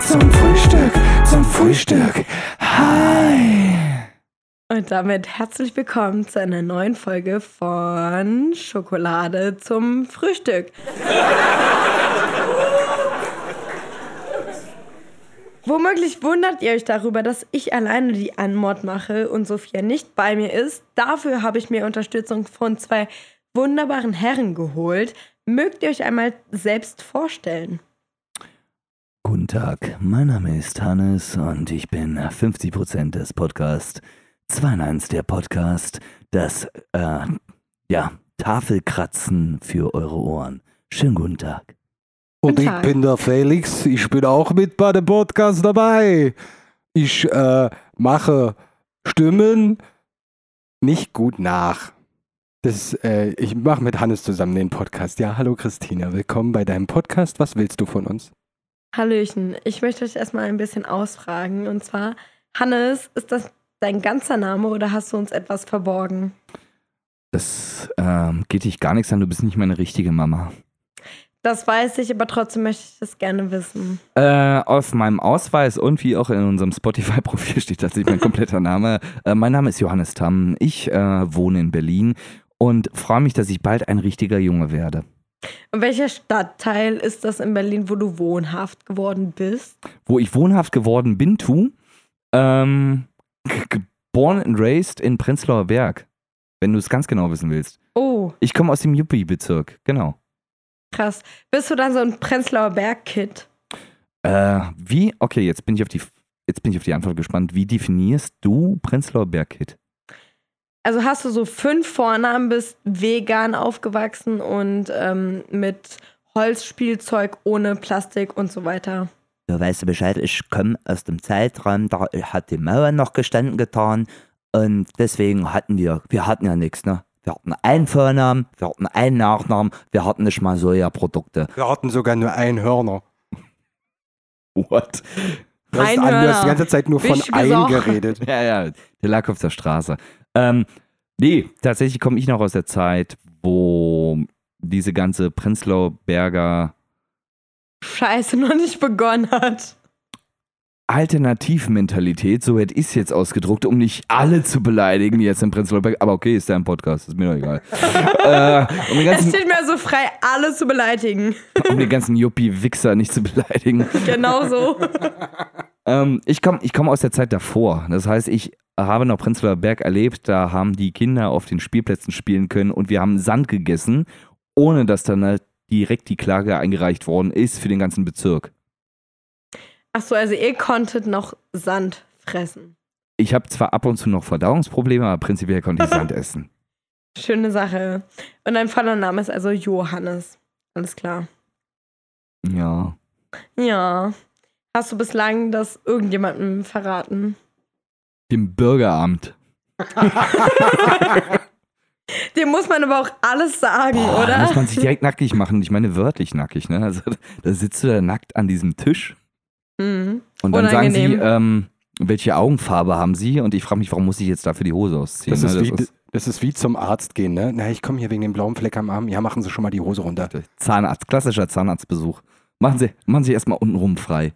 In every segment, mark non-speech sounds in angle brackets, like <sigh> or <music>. zum Frühstück, zum Frühstück. Hi. Und damit herzlich willkommen zu einer neuen Folge von Schokolade zum Frühstück. Womöglich wundert ihr euch darüber, dass ich alleine die Anmod mache und Sophia nicht bei mir ist. Dafür habe ich mir Unterstützung von zwei wunderbaren Herren geholt. Mögt ihr euch einmal selbst vorstellen? Guten Tag, mein Name ist Hannes und ich bin 50% des Podcasts 2 in 1 der Podcast, das, äh, ja, Tafelkratzen für eure Ohren. Schönen guten Tag. Und Guten ich Tag. bin der Felix, ich bin auch mit bei dem Podcast dabei. Ich äh, mache Stimmen nicht gut nach. Das, äh, ich mache mit Hannes zusammen den Podcast. Ja, hallo Christina, willkommen bei deinem Podcast. Was willst du von uns? Hallöchen, ich möchte euch erstmal ein bisschen ausfragen. Und zwar, Hannes, ist das dein ganzer Name oder hast du uns etwas verborgen? Das ähm, geht dich gar nichts an, du bist nicht meine richtige Mama. Das weiß ich, aber trotzdem möchte ich das gerne wissen. Äh, auf meinem Ausweis und wie auch in unserem Spotify-Profil <laughs> steht tatsächlich mein kompletter Name. Äh, mein Name ist Johannes Tamm. Ich äh, wohne in Berlin und freue mich, dass ich bald ein richtiger Junge werde. Und welcher Stadtteil ist das in Berlin, wo du wohnhaft geworden bist? Wo ich wohnhaft geworden bin, tu, ähm, g- geboren und raised in Prenzlauer Berg. Wenn du es ganz genau wissen willst. Oh, Ich komme aus dem Yuppie-Bezirk, genau. krass. Bist du dann so ein Prenzlauer Berg-Kid? Äh, wie, okay, jetzt bin ich auf die, jetzt bin ich auf die Antwort gespannt. Wie definierst du Prenzlauer Berg-Kid? Also hast du so fünf Vornamen, bist vegan aufgewachsen und ähm, mit Holzspielzeug ohne Plastik und so weiter. Ja, weißt du Bescheid, ich komme aus dem Zeitraum, da hat die Mauer noch gestanden getan und deswegen hatten wir, wir hatten ja nichts, ne? Wir hatten einen Vornamen, wir hatten einen Nachnamen, wir hatten nicht mal Sojaprodukte. Wir hatten sogar nur einen Hörner. What? Du hast, Ein an, du Hörner. hast die ganze Zeit nur von Wisch einem gesochen. geredet. <laughs> Ja, ja, der lag auf der Straße. Ähm, nee, tatsächlich komme ich noch aus der Zeit, wo diese ganze Prenzlauer Berger Scheiße, <laughs> noch nicht begonnen hat. Alternativmentalität, so hätte ich es jetzt ausgedruckt, um nicht alle zu beleidigen, die jetzt in Prenzlauer Berg. Aber okay, ist ja ein Podcast, ist mir doch egal. äh, um den Es ganzen, steht mir also frei, alle zu beleidigen. <laughs> um den ganzen Juppie-Wichser nicht zu beleidigen. Genau so. Ähm, ich komme ich komm aus der Zeit davor. Das heißt, ich habe noch Prenzlauer Berg erlebt, da haben die Kinder auf den Spielplätzen spielen können und wir haben Sand gegessen, ohne dass dann halt direkt die Klage eingereicht worden ist für den ganzen Bezirk. Achso, also ihr konntet noch Sand fressen. Ich habe zwar ab und zu noch Verdauungsprobleme, aber prinzipiell konnte <laughs> ich Sand essen. Schöne Sache. Und dein voller Name ist also Johannes. Alles klar. Ja. Ja. Hast du bislang das irgendjemandem verraten? Dem Bürgeramt. Dem muss man aber auch alles sagen, Boah, da muss oder? man sich direkt nackig machen. Ich meine wörtlich nackig, ne? Also da sitzt du da nackt an diesem Tisch Mhm. und dann Unangenehm. sagen sie, ähm, welche Augenfarbe haben sie? Und ich frage mich, warum muss ich jetzt dafür die Hose ausziehen? Das ne? ist, wie, das ist wie zum Arzt gehen, ne? Na, ich komme hier wegen dem blauen Fleck am Arm. Ja, machen Sie schon mal die Hose runter. Zahnarzt, klassischer Zahnarztbesuch. Machen Sie, machen Sie erstmal untenrum frei.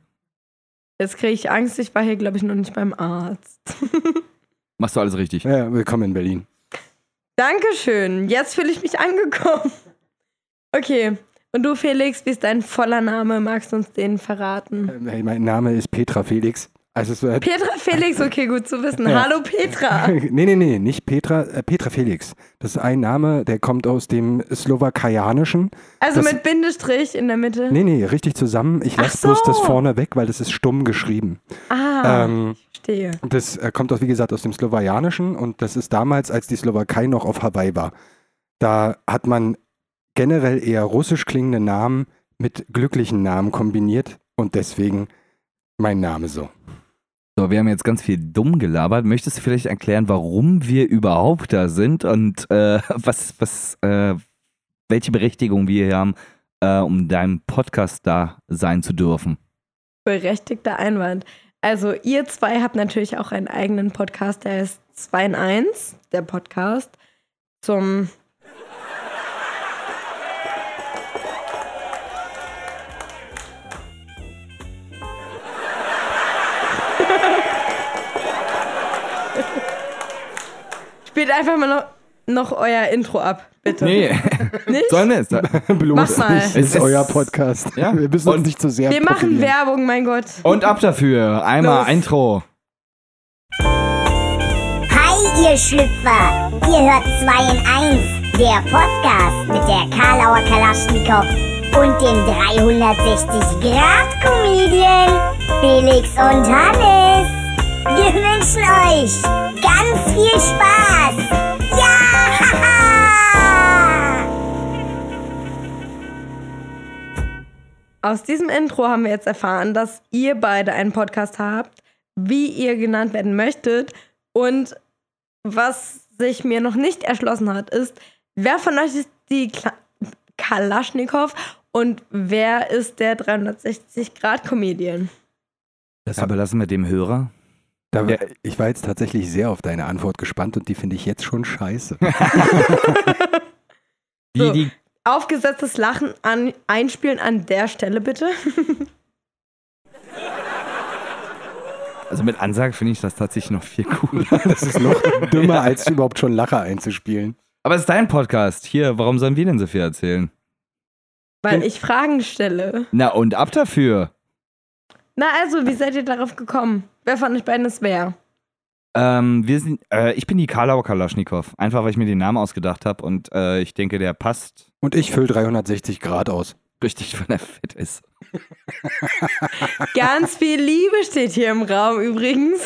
Jetzt kriege ich Angst, ich war hier, glaube ich, noch nicht beim Arzt. Machst du alles richtig. Ja, willkommen in Berlin. Dankeschön. Jetzt fühle ich mich angekommen. Okay. Und du, Felix, wie ist dein voller Name? Magst du uns den verraten? Ähm, Hey, mein Name ist Petra Felix. Also es wird <laughs> Petra Felix, okay, gut zu wissen. äh, Ja. Hallo Petra. nee, nee, nee, nicht Petra, äh, Petra Felix. Das ist ein Name, der kommt aus dem Slowakaianischen. Also Das- mit Bindestrich in der Mitte. Nee, nee, richtig zusammen. Ich lasse Ach so. bloß das vorne weg, weil das ist stumm geschrieben. Ah, Ähm, verstehe. das äh, kommt auch, wie gesagt, aus dem Slowaianischen und das ist damals, als die Slowakei noch auf Hawaii war. Da hat man generell eher russisch klingende Namen mit glücklichen Namen kombiniert und deswegen mein Name so. <laughs> So, wir haben jetzt ganz viel dumm gelabert. Möchtest du vielleicht erklären, warum wir überhaupt da sind und äh, was, was, äh, welche Berechtigung wir hier haben, äh, um deinem Podcast da sein zu dürfen? Berechtigter Einwand. Also ihr zwei habt natürlich auch einen eigenen Podcast, der heißt 2 in 1, der Podcast zum <laughs> Spielt einfach mal noch, noch euer Intro ab, <laughs> bitte. Nee, Nicht? sollen wir es? Bloß Mach mal. nicht. Es ist, ist- euer Podcast. Ja. Wir müssen uns Und- nicht zu sehr Wir machen Werbung, mein Gott. Und ab dafür. Einmal Los. Intro. Hi, ihr Schlüpfer! Ihr hört 2 in 1, der Podcast mit der Karlauer Kalaschnikow und dem 360-Grad-Comedian Felix und Hannes. Wir wünschen euch ganz viel Spaß! Ja! Aus diesem Intro haben wir jetzt erfahren, dass ihr beide einen Podcast habt, wie ihr genannt werden möchtet. Und was sich mir noch nicht erschlossen hat, ist, wer von euch ist die Kla Kalaschnikow und wer ist der 360-Grad-Comedian? Das überlassen wir dem Hörer. Da, ich war jetzt tatsächlich sehr auf deine Antwort gespannt und die finde ich jetzt schon scheiße. Die, So. die, Aufgesetztes Lachen an, einspielen an der Stelle bitte. also mit Ansage finde ich das tatsächlich noch viel cooler. Das ist noch <laughs> dümmer, als überhaupt schon Lacher einzuspielen. Aber es ist dein Podcast. Hier, warum sollen wir denn so viel erzählen? Weil ich Fragen stelle. Na und ab dafür. Na also, wie seid ihr darauf gekommen? Wer von euch beiden ist wer? Ähm, wir sind, äh, ich bin die Karlauer Kalaschnikow. Einfach, weil ich mir den Namen ausgedacht habe und äh, ich denke, der passt Und ich fülle 360 Grad aus. richtig, <laughs> weil er fit ist. Ganz viel Liebe steht hier im Raum übrigens.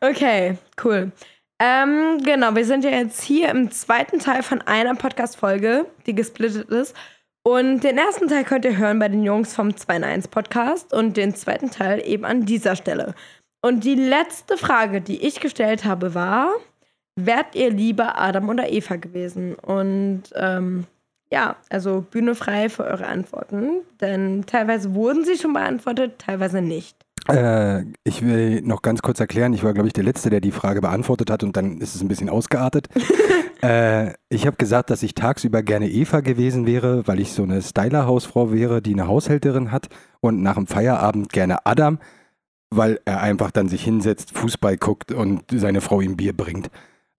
okay, cool. Ähm, genau, wir sind ja jetzt hier im zweiten Teil von einer Podcast-Folge, die gesplittet ist. Und den ersten Teil könnt ihr hören bei den Jungs vom 2 in 1 Podcast und den zweiten Teil eben an dieser Stelle. Und die letzte Frage, die ich gestellt habe, war: Wärt ihr lieber Adam oder Eva gewesen? Und ähm, ja, also Bühne frei für eure Antworten, denn teilweise wurden sie schon beantwortet, teilweise nicht. Äh, ich will noch ganz kurz erklären, ich war, glaube ich, der Letzte, der die Frage beantwortet hat und dann ist es ein bisschen ausgeartet. äh, ich habe gesagt, dass ich tagsüber gerne Eva gewesen wäre, weil ich so eine Styler-Hausfrau wäre, die eine Haushälterin hat und nach dem Feierabend gerne Adam, weil er einfach dann sich hinsetzt, Fußball guckt und seine Frau ihm Bier bringt.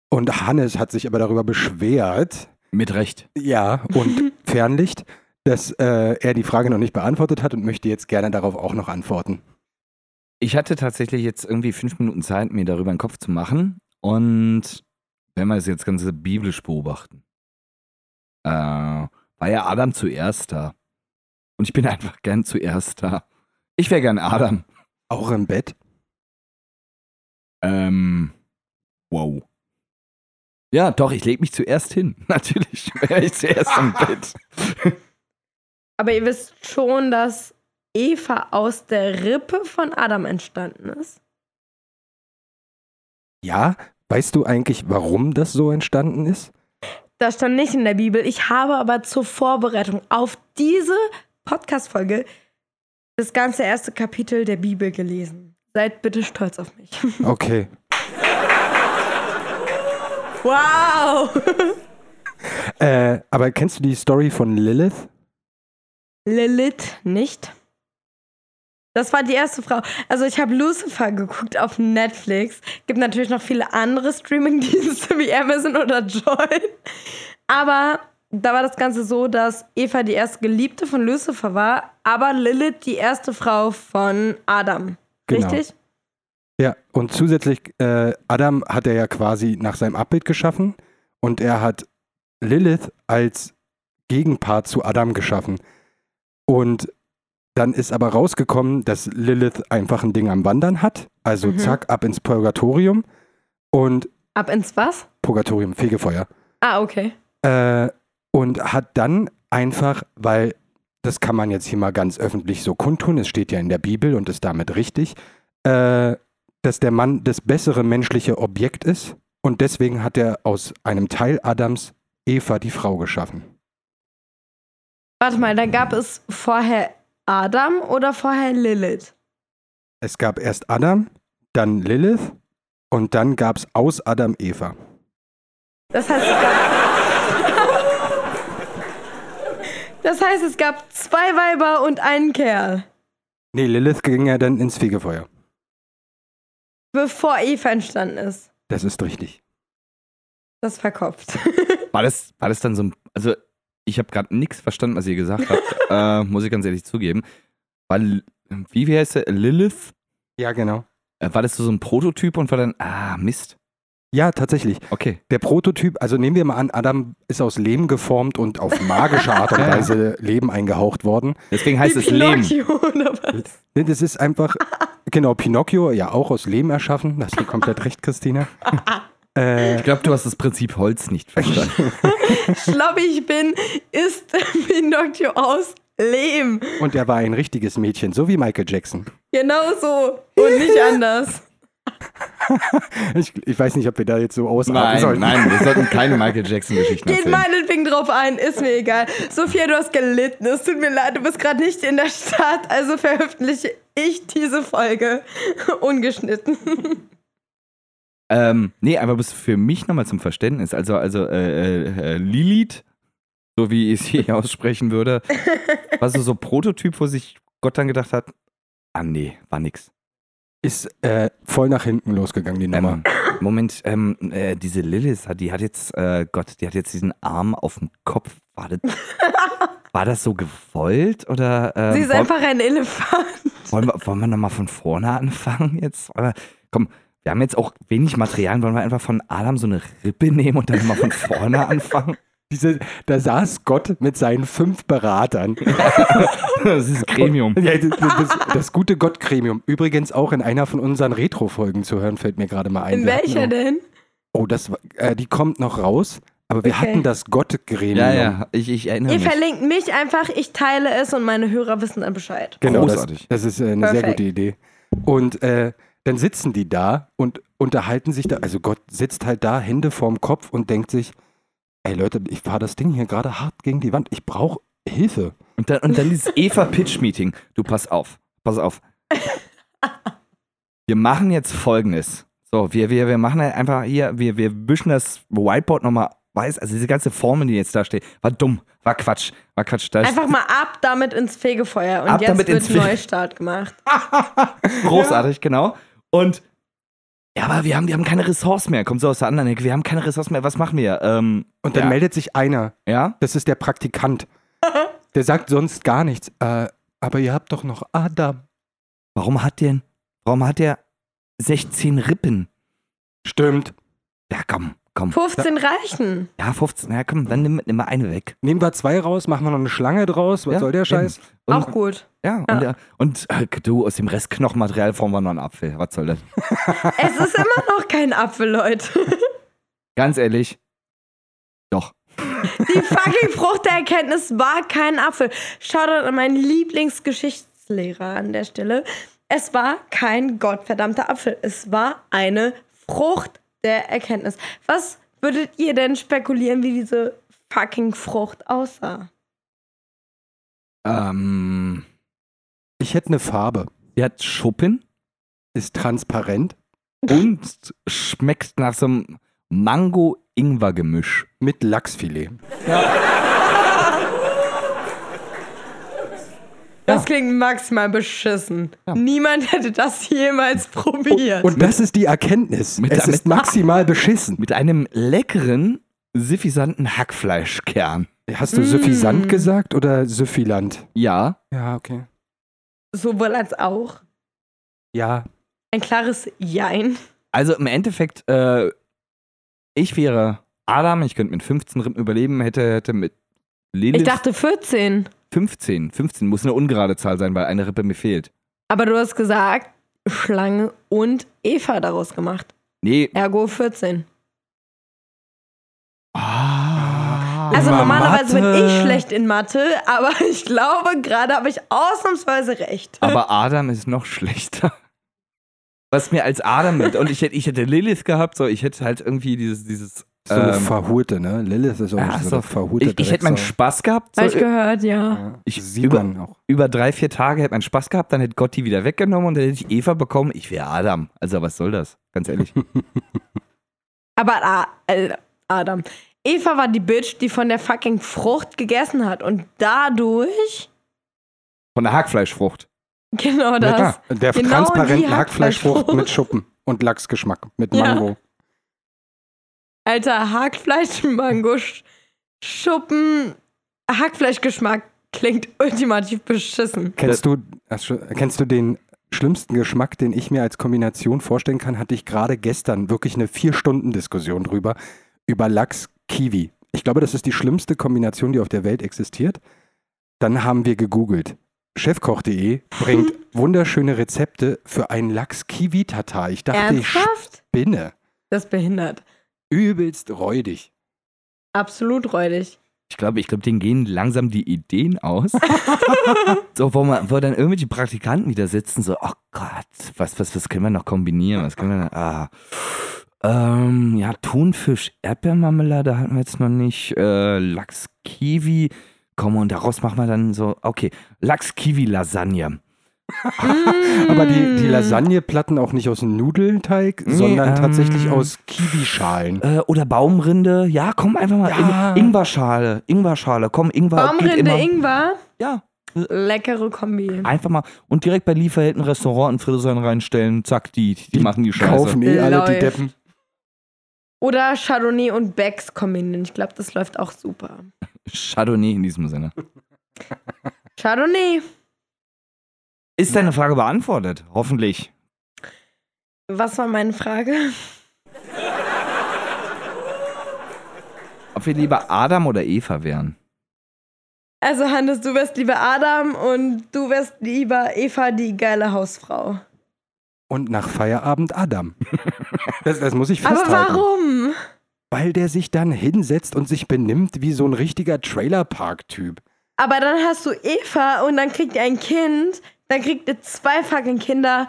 Und Hannes hat sich aber darüber beschwert, Mit Recht. ja, und Fernlicht, dass äh, er die Frage noch nicht beantwortet hat und möchte jetzt gerne darauf auch noch antworten. Ich hatte tatsächlich jetzt irgendwie fünf Minuten Zeit, mir darüber einen Kopf zu machen. Und wenn wir es jetzt ganz biblisch beobachten, äh, war ja Adam zuerst da. Und ich bin <laughs> einfach gern zuerst da. Ich wäre gern Adam. Auch im Bett? Ähm, wow. Ja, doch, ich lege mich zuerst hin. <laughs> Natürlich wäre ich zuerst im <laughs> Bett. Aber ihr wisst schon, dass Eva aus der Rippe von Adam entstanden ist. Ja, weißt du eigentlich, warum das so entstanden ist? Das stand nicht in der Bibel. Ich habe aber zur Vorbereitung auf diese Podcast-Folge das ganze erste Kapitel der Bibel gelesen. Seid bitte stolz auf mich. Okay. Wow! Äh, aber kennst du die Story von Lilith? Lilith nicht. Das war die erste Frau. Also ich habe Lucifer geguckt auf Netflix. Gibt natürlich noch viele andere Streamingdienste <laughs> wie Amazon oder Joy. Aber da war das Ganze so, dass Eva die erste Geliebte von Lucifer war, aber Lilith die erste Frau von Adam. Genau. Richtig? Ja, und zusätzlich, äh, Adam hat er ja quasi nach seinem Abbild geschaffen und er hat Lilith als Gegenpart zu Adam geschaffen. Und dann ist aber rausgekommen, dass Lilith einfach ein Ding am Wandern hat. Also Mhm. zack, ab ins Purgatorium und Ab ins was? Purgatorium, Fegefeuer. Ah, okay. Äh, und hat dann einfach, weil das kann man jetzt hier mal ganz öffentlich so kundtun, es steht ja in der Bibel und ist damit richtig, äh, dass der Mann das bessere menschliche Objekt ist und deswegen hat er aus einem Teil Adams Eva die Frau geschaffen. Warte mal, da gab es vorher Adam oder vorher Lilith? Es gab erst Adam, dann Lilith und dann gab es aus Adam Eva. Das heißt, es gab, das heißt, es gab zwei Weiber und einen Kerl, Nee, Lilith ging ja dann ins Fegefeuer. bevor Eva entstanden ist. Das ist richtig. Das verkopft. War das, war das dann so ein. Also, ich habe gerade nichts verstanden, was ihr gesagt <laughs> habt. äh, muss ich ganz ehrlich zugeben. War, L- wie, wie heißt der? Lilith? Ja, genau. Äh, War das so ein Prototyp und war dann. Ah, Mist. Ja, tatsächlich. Okay. Der Prototyp, also nehmen wir mal an, Adam ist aus Lehm geformt und auf magische Art und <laughs> Ja. Weise Leben eingehaucht worden. Deswegen heißt Wie es Lehm. Pinocchio oder was? Nee, das ist <laughs> einfach, genau, Pinocchio, ja auch aus Lehm erschaffen. Da hast du komplett recht, Christina. äh, Ich glaube, du hast das Prinzip Holz nicht <laughs> verstanden. Schlapp ich bin, ist Pinocchio aus Lehm. und er war ein richtiges Mädchen, so wie Michael Jackson. Genau so und <laughs> nicht anders. Ich, ich weiß nicht, ob wir da jetzt so ausatmen nein, sollten. nein, wir sollten keine Michael Jackson-Geschichten Geht erzählen. meinetwegen drauf ein, ist mir egal. Sophia, du hast gelitten. Es tut mir leid, du bist gerade nicht in der Stadt, also veröffentliche ich diese Folge <laughs> ungeschnitten. Ähm, nee, aber bis für mich nochmal zum Verständnis. Also, also äh, äh, äh, Lilith, so wie ich sie <laughs> <laughs> aussprechen würde, war so so Prototyp, wo sich Gott dann gedacht hat, ah nee, war nix. Ist äh, voll nach hinten losgegangen, die Nummer. Ähm, Moment, ähm, äh, diese Lilith, hat- die hat jetzt, äh, Gott, die hat jetzt diesen Arm auf dem Kopf. <laughs> War das, war das so gewollt? Oder, ähm, Sie ist wollen- einfach ein Elefant. Wollen wir, wollen wir nochmal von vorne anfangen jetzt? Oder, komm, wir haben jetzt auch wenig Material. Wollen wir einfach von Adam so eine Rippe nehmen und dann nochmal von vorne anfangen? Diese, da saß Gott mit seinen fünf Beratern. <laughs> <laughs> Das ist Gremium. Ja, das, das, das gute Gott-Gremium. Übrigens auch in einer von unseren Retro-Folgen zu hören, fällt mir gerade mal ein. In Wir hatten welcher auch- denn? Oh, das, war- äh, die kommt noch raus. Aber wir Okay. hatten das Gott-Gremium. Ja, ja, ich, ich erinnere Ihr mich. verlinkt mich einfach, ich teile es und meine Hörer wissen dann Bescheid. Genau, das, Großartig. das ist äh, eine sehr Perfekt. gute Idee. Und äh, dann sitzen die da und unterhalten sich da. Also Gott sitzt halt da, Hände vorm Kopf und denkt sich, ey Leute, ich fahre das Ding hier gerade hart gegen die Wand. Ich brauche Hilfe. Und dann, und dann dieses Eva-Pitch-Meeting. Du, pass auf, pass auf. Wir machen jetzt Folgendes. So, wir, wir, wir machen halt einfach hier, wir, wir wischen das Whiteboard nochmal weiß. Also diese ganze Formel, die jetzt da steht, war dumm, war Quatsch, war Quatsch. Da Einfach mal ab damit ins Fegefeuer und Ab jetzt damit wird ins Fe- Neustart gemacht. Großartig, genau. Und ja, aber wir haben, wir haben keine Ressource mehr. Kommt so aus der anderen Ecke. Wir haben keine Ressource mehr. Was machen wir? Ähm, Und dann ja. meldet sich einer. Ja? Das ist der <laughs> Praktikant. Der sagt sonst gar nichts. Äh, aber ihr habt doch noch Adam. Warum hat der, warum hat der 16 Rippen? Stimmt. Ja, komm, komm. 15 reichen. Ja, 15. Ja, komm, dann nimm, nimm mal eine weg. Nehmen wir zwei raus, machen wir noch eine Schlange draus. Was Ja, soll der eben. Scheiß? Und, Auch <laughs> gut. Ja, und, ja. und äh, du, aus dem Rest Knochenmaterial formen wir noch einen Apfel. Was soll das? Es ist immer noch kein Apfel, Leute. Ganz ehrlich. Doch. Die fucking Frucht der Erkenntnis war kein Apfel. Shoutout an meinen Lieblingsgeschichtslehrer an der Stelle. Es war kein gottverdammter Apfel. Es war eine Frucht der Erkenntnis. Was würdet ihr denn spekulieren, wie diese fucking Frucht aussah? Ähm, Ich hätte eine Farbe. sie hat Schuppen Ist transparent und schmeckt nach so einem Mango-Ingwer-Gemisch. mit Lachsfilet. Das klingt maximal beschissen. Niemand hätte das jemals probiert. Und das ist die Erkenntnis. Mit es der- ist maximal beschissen. mit einem leckeren, suffisanten Hackfleischkern. Hast du Mm. Suffisant gesagt oder Suffilant? Ja, Ja, okay. Sowohl als auch. Ja. Ein klares Jein. also im Endeffekt, äh, ich wäre Adam, ich könnte mit 15 Rippen überleben, hätte, hätte mit Lilith Ich dachte 14. 15. 15 muss eine ungerade Zahl sein, weil eine Rippe mir fehlt. Aber du hast gesagt, Schlange und Eva daraus gemacht. Nee, Ergo 14. Ah. also Immer normalerweise bin ich Mathe. schlecht in Mathe, aber <laughs> ich glaube, gerade habe ich ausnahmsweise recht. aber Adam ist noch schlechter. Was mir als Adam mit. Und ich hätte, ich hätte Lilith gehabt, so ich hätte halt irgendwie dieses, dieses. So eine ähm, verhurte, ne? Lilith ist auch ja, so so- eine verhurte ich, ich hätte meinen Drecksau. Spaß gehabt. So, Habe ich gehört, ja. Ja, ich- sieht über- man auch. über drei, vier Tage hätte man Spaß gehabt, dann hätte Gott die wieder weggenommen und dann hätte ich Eva bekommen. Ich wäre Adam. Also was soll das? Ganz ehrlich. Aber A- äh, Adam. Eva war die Bitch, die von der fucking Frucht gegessen hat. Und dadurch. <laughs> Von der Hackfleischfrucht. Genau das. ja, der genau transparenten die Hackfleischfrucht Hackfleischfrucht. mit Schuppen und Lachsgeschmack mit Ja. Mango. Alter, Hackfleisch, <laughs> Mango, Sch- Schuppen, Hackfleischgeschmack klingt ultimativ beschissen. Kennst du, ach, scho- kennst du den schlimmsten Geschmack, den ich mir als Kombination vorstellen kann? Hatte ich gerade gestern wirklich eine Vier-Stunden-Diskussion drüber, über Lachs-Kiwi. Ich glaube, das ist die schlimmste Kombination, die auf der Welt existiert. Dann haben wir gegoogelt. Chefkoch.de bringt wunderschöne Rezepte für einen Lachs-Kiwi-Tatar. Ich dachte, ich Ernsthaft? spinne. Das behindert. Übelst räudig. Absolut räudig. Ich glaube, ich glaube, denen gehen langsam die Ideen aus. so, wo, man, wo dann irgendwelche Praktikanten wieder sitzen, so, oh Gott, was, was, was können wir noch kombinieren? Was können wir noch, ah. ähm, ja, Thunfisch, Erdbeermarmelade hatten wir jetzt noch nicht. Äh, Lachs, Kiwi. Komm, und daraus machen wir dann so, okay, Lachs, Kiwi, Lasagne. Aber die, die Lasagneplatten auch nicht aus Nudelteig, Nee, sondern ähm, tatsächlich aus Kiwischalen. Äh, oder Baumrinde. Ja, komm, einfach mal. Ja. In, Ingwerschale. Ingwerschale. Komm, Ingwer. geht Baumrinde, immer. Ingwer, Ja. leckere Kombi. Einfach mal und direkt bei Liefer ein Restaurant in Friedrichshain reinstellen, zack, die, die, machen die Scheiße. Kaufen eh alle die Läuft. Deppen. Oder Chardonnay und Becks kombinieren. Ich glaube, das läuft auch super. Chardonnay in diesem Sinne. Chardonnay. Ist deine Frage beantwortet? Hoffentlich. Was war meine Frage? Ob wir lieber Adam oder Eva wären? Also Hannes, du wärst lieber Adam und du wärst lieber Eva, die geile Hausfrau. Und nach Feierabend Adam. Das, das muss ich Aber festhalten. warum? Weil der sich dann hinsetzt und sich benimmt wie so ein richtiger Trailerpark-Typ. Aber dann hast du Eva und dann kriegt ihr ein Kind, dann kriegt ihr zwei fucking Kinder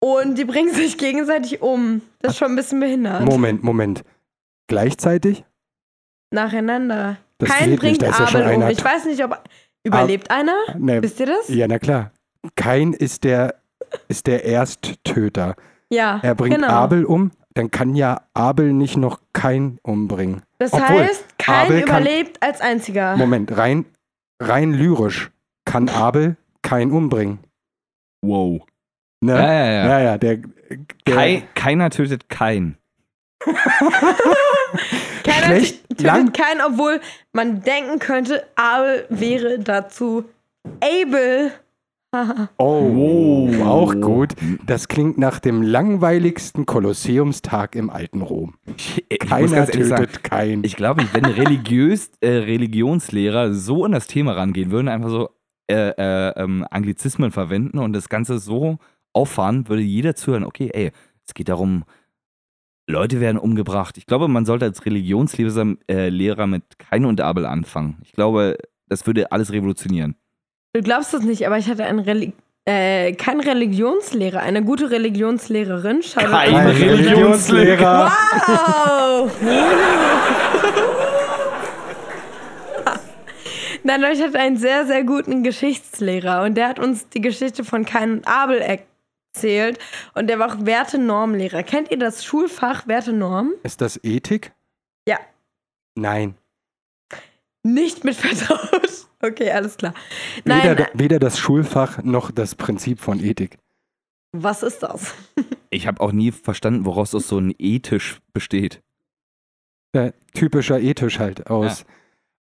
und die bringen <laughs> sich gegenseitig um. Das ist schon ein bisschen behindert. Moment, Moment. Gleichzeitig? Nacheinander. Das Kein geht nicht, bringt da ist ja schon Abel um. einer. Ich weiß nicht, ob. Überlebt einer? Ne, Wisst ihr das? ja, na klar. Kein ist der, ist der Ersttöter. Ja. Er bringt genau. Abel um, dann kann ja Abel nicht noch kein umbringen. Das Obwohl, heißt, kein Abel kann- überlebt als einziger. Moment, rein, rein lyrisch kann Abel kein umbringen. Wow. Ne? Ja, ja, ja. ja, ja der, der Kei, keiner tötet keinen. Keiner schlecht, tötet lang- keinen, obwohl man denken könnte, Abel wäre dazu able. <laughs> Oh, auch gut. Das klingt nach dem langweiligsten Kolosseumstag im alten Rom. Ich, ich muss Keiner ganz ehrlich tötet sagen, keinen. ich glaube, wenn religiös, äh, Religionslehrer so an das Thema rangehen würden, einfach so äh, äh, ähm, Anglizismen verwenden und das Ganze so auffahren, würde jeder zuhören, okay, ey, es geht darum, Leute werden umgebracht. Ich glaube, man sollte als Religionslehrer äh, Lehrer mit Kain und Abel anfangen. Ich glaube, das würde alles revolutionieren. Du glaubst es nicht, aber ich hatte einen Reli äh, kein Religionslehrer, eine gute Religionslehrerin. Schau dir- Kein Religionslehrer. Wow! <laughs> Nein, aber ich hatte einen sehr, sehr guten Geschichtslehrer und der hat uns die Geschichte von Kain und Abel erzählt und der war auch Werte-Norm-Lehrer. Kennt ihr das Schulfach Werte-Norm? Ist das Ethik? Ja. Nein. Nicht mit vertraut. <laughs> Okay, alles klar. Nein, äh, Weder, weder das Schulfach noch das Prinzip von Ethik. was ist das? Ich habe auch nie verstanden, woraus das so ein ethisch besteht. Ja, Äh, typischer ethisch halt aus.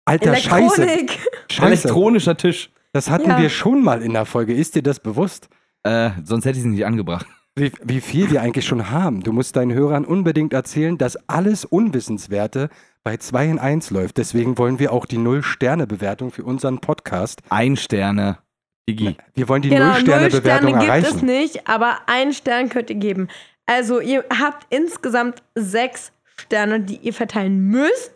Alter, Scheiße. Elektronik. Scheiße. Elektronischer Tisch. Das hatten Ja. wir schon mal in der Folge. Ist dir das bewusst? Äh, sonst hätte ich es nicht angebracht. Wie, wie viel wir eigentlich schon haben. Du musst deinen Hörern unbedingt erzählen, dass alles Unwissenswerte bei 2 in 1 läuft. Deswegen wollen wir auch die Null-Sterne-Bewertung für unseren Podcast. Ein Sterne. Digi. Wir wollen die Genau, null Sterne Null-Sterne-Bewertung gibt es erreichen. nicht, aber einen Stern könnt ihr geben. Also ihr habt insgesamt sechs Sterne, die ihr verteilen müsst,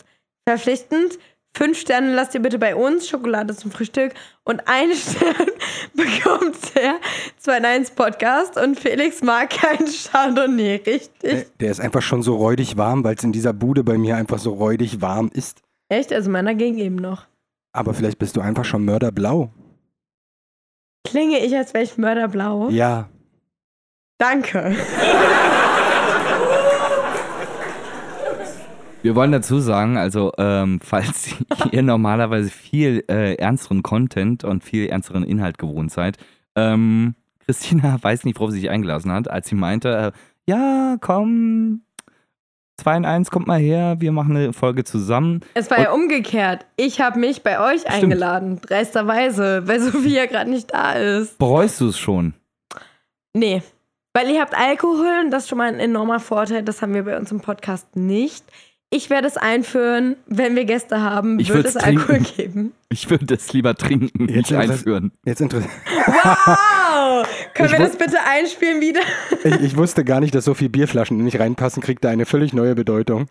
verpflichtend. Fünf Sterne lasst ihr bitte bei uns, Schokolade zum Frühstück. Und einen <laughs> Stern bekommt der 2 in 1 Podcast. Und Felix mag keinen Chardonnay, richtig? Der- Äh, Der ist einfach schon so räudig warm, weil es in dieser Bude bei mir einfach so räudig warm ist. Echt? Also meiner ging eben noch. Aber vielleicht bist du einfach schon mörderblau. Klinge ich, als wäre ich mörderblau? Ja. Danke. Wir wollen dazu sagen, also ähm, <laughs> falls ihr normalerweise viel äh, ernsteren Content und viel ernsteren Inhalt gewohnt seid, ähm, <laughs> Christina weiß nicht, worauf sie sich eingelassen hat, als sie meinte, äh, ja, komm, 2 in 1, kommt mal her, wir machen eine Folge zusammen. Es war ja umgekehrt. Ich habe mich bei euch eingeladen, dreisterweise, weil Sophia gerade nicht da ist. Bereust du es schon? Nee. Weil ihr habt Alkohol und das ist schon mal ein enormer Vorteil. Das haben wir bei uns im Podcast nicht. Ich werde es einführen, wenn wir Gäste haben, Ich wird würd's es Alkohol trinken. geben. Ich würde es lieber trinken, Jetzt ist nicht das- einführen. Jetzt interessiert. Wow! Können Ich wir wu- das bitte einspielen wieder? <laughs> Ich, ich wusste gar nicht, dass so viele Bierflaschen nicht reinpassen, kriegt da eine völlig neue Bedeutung.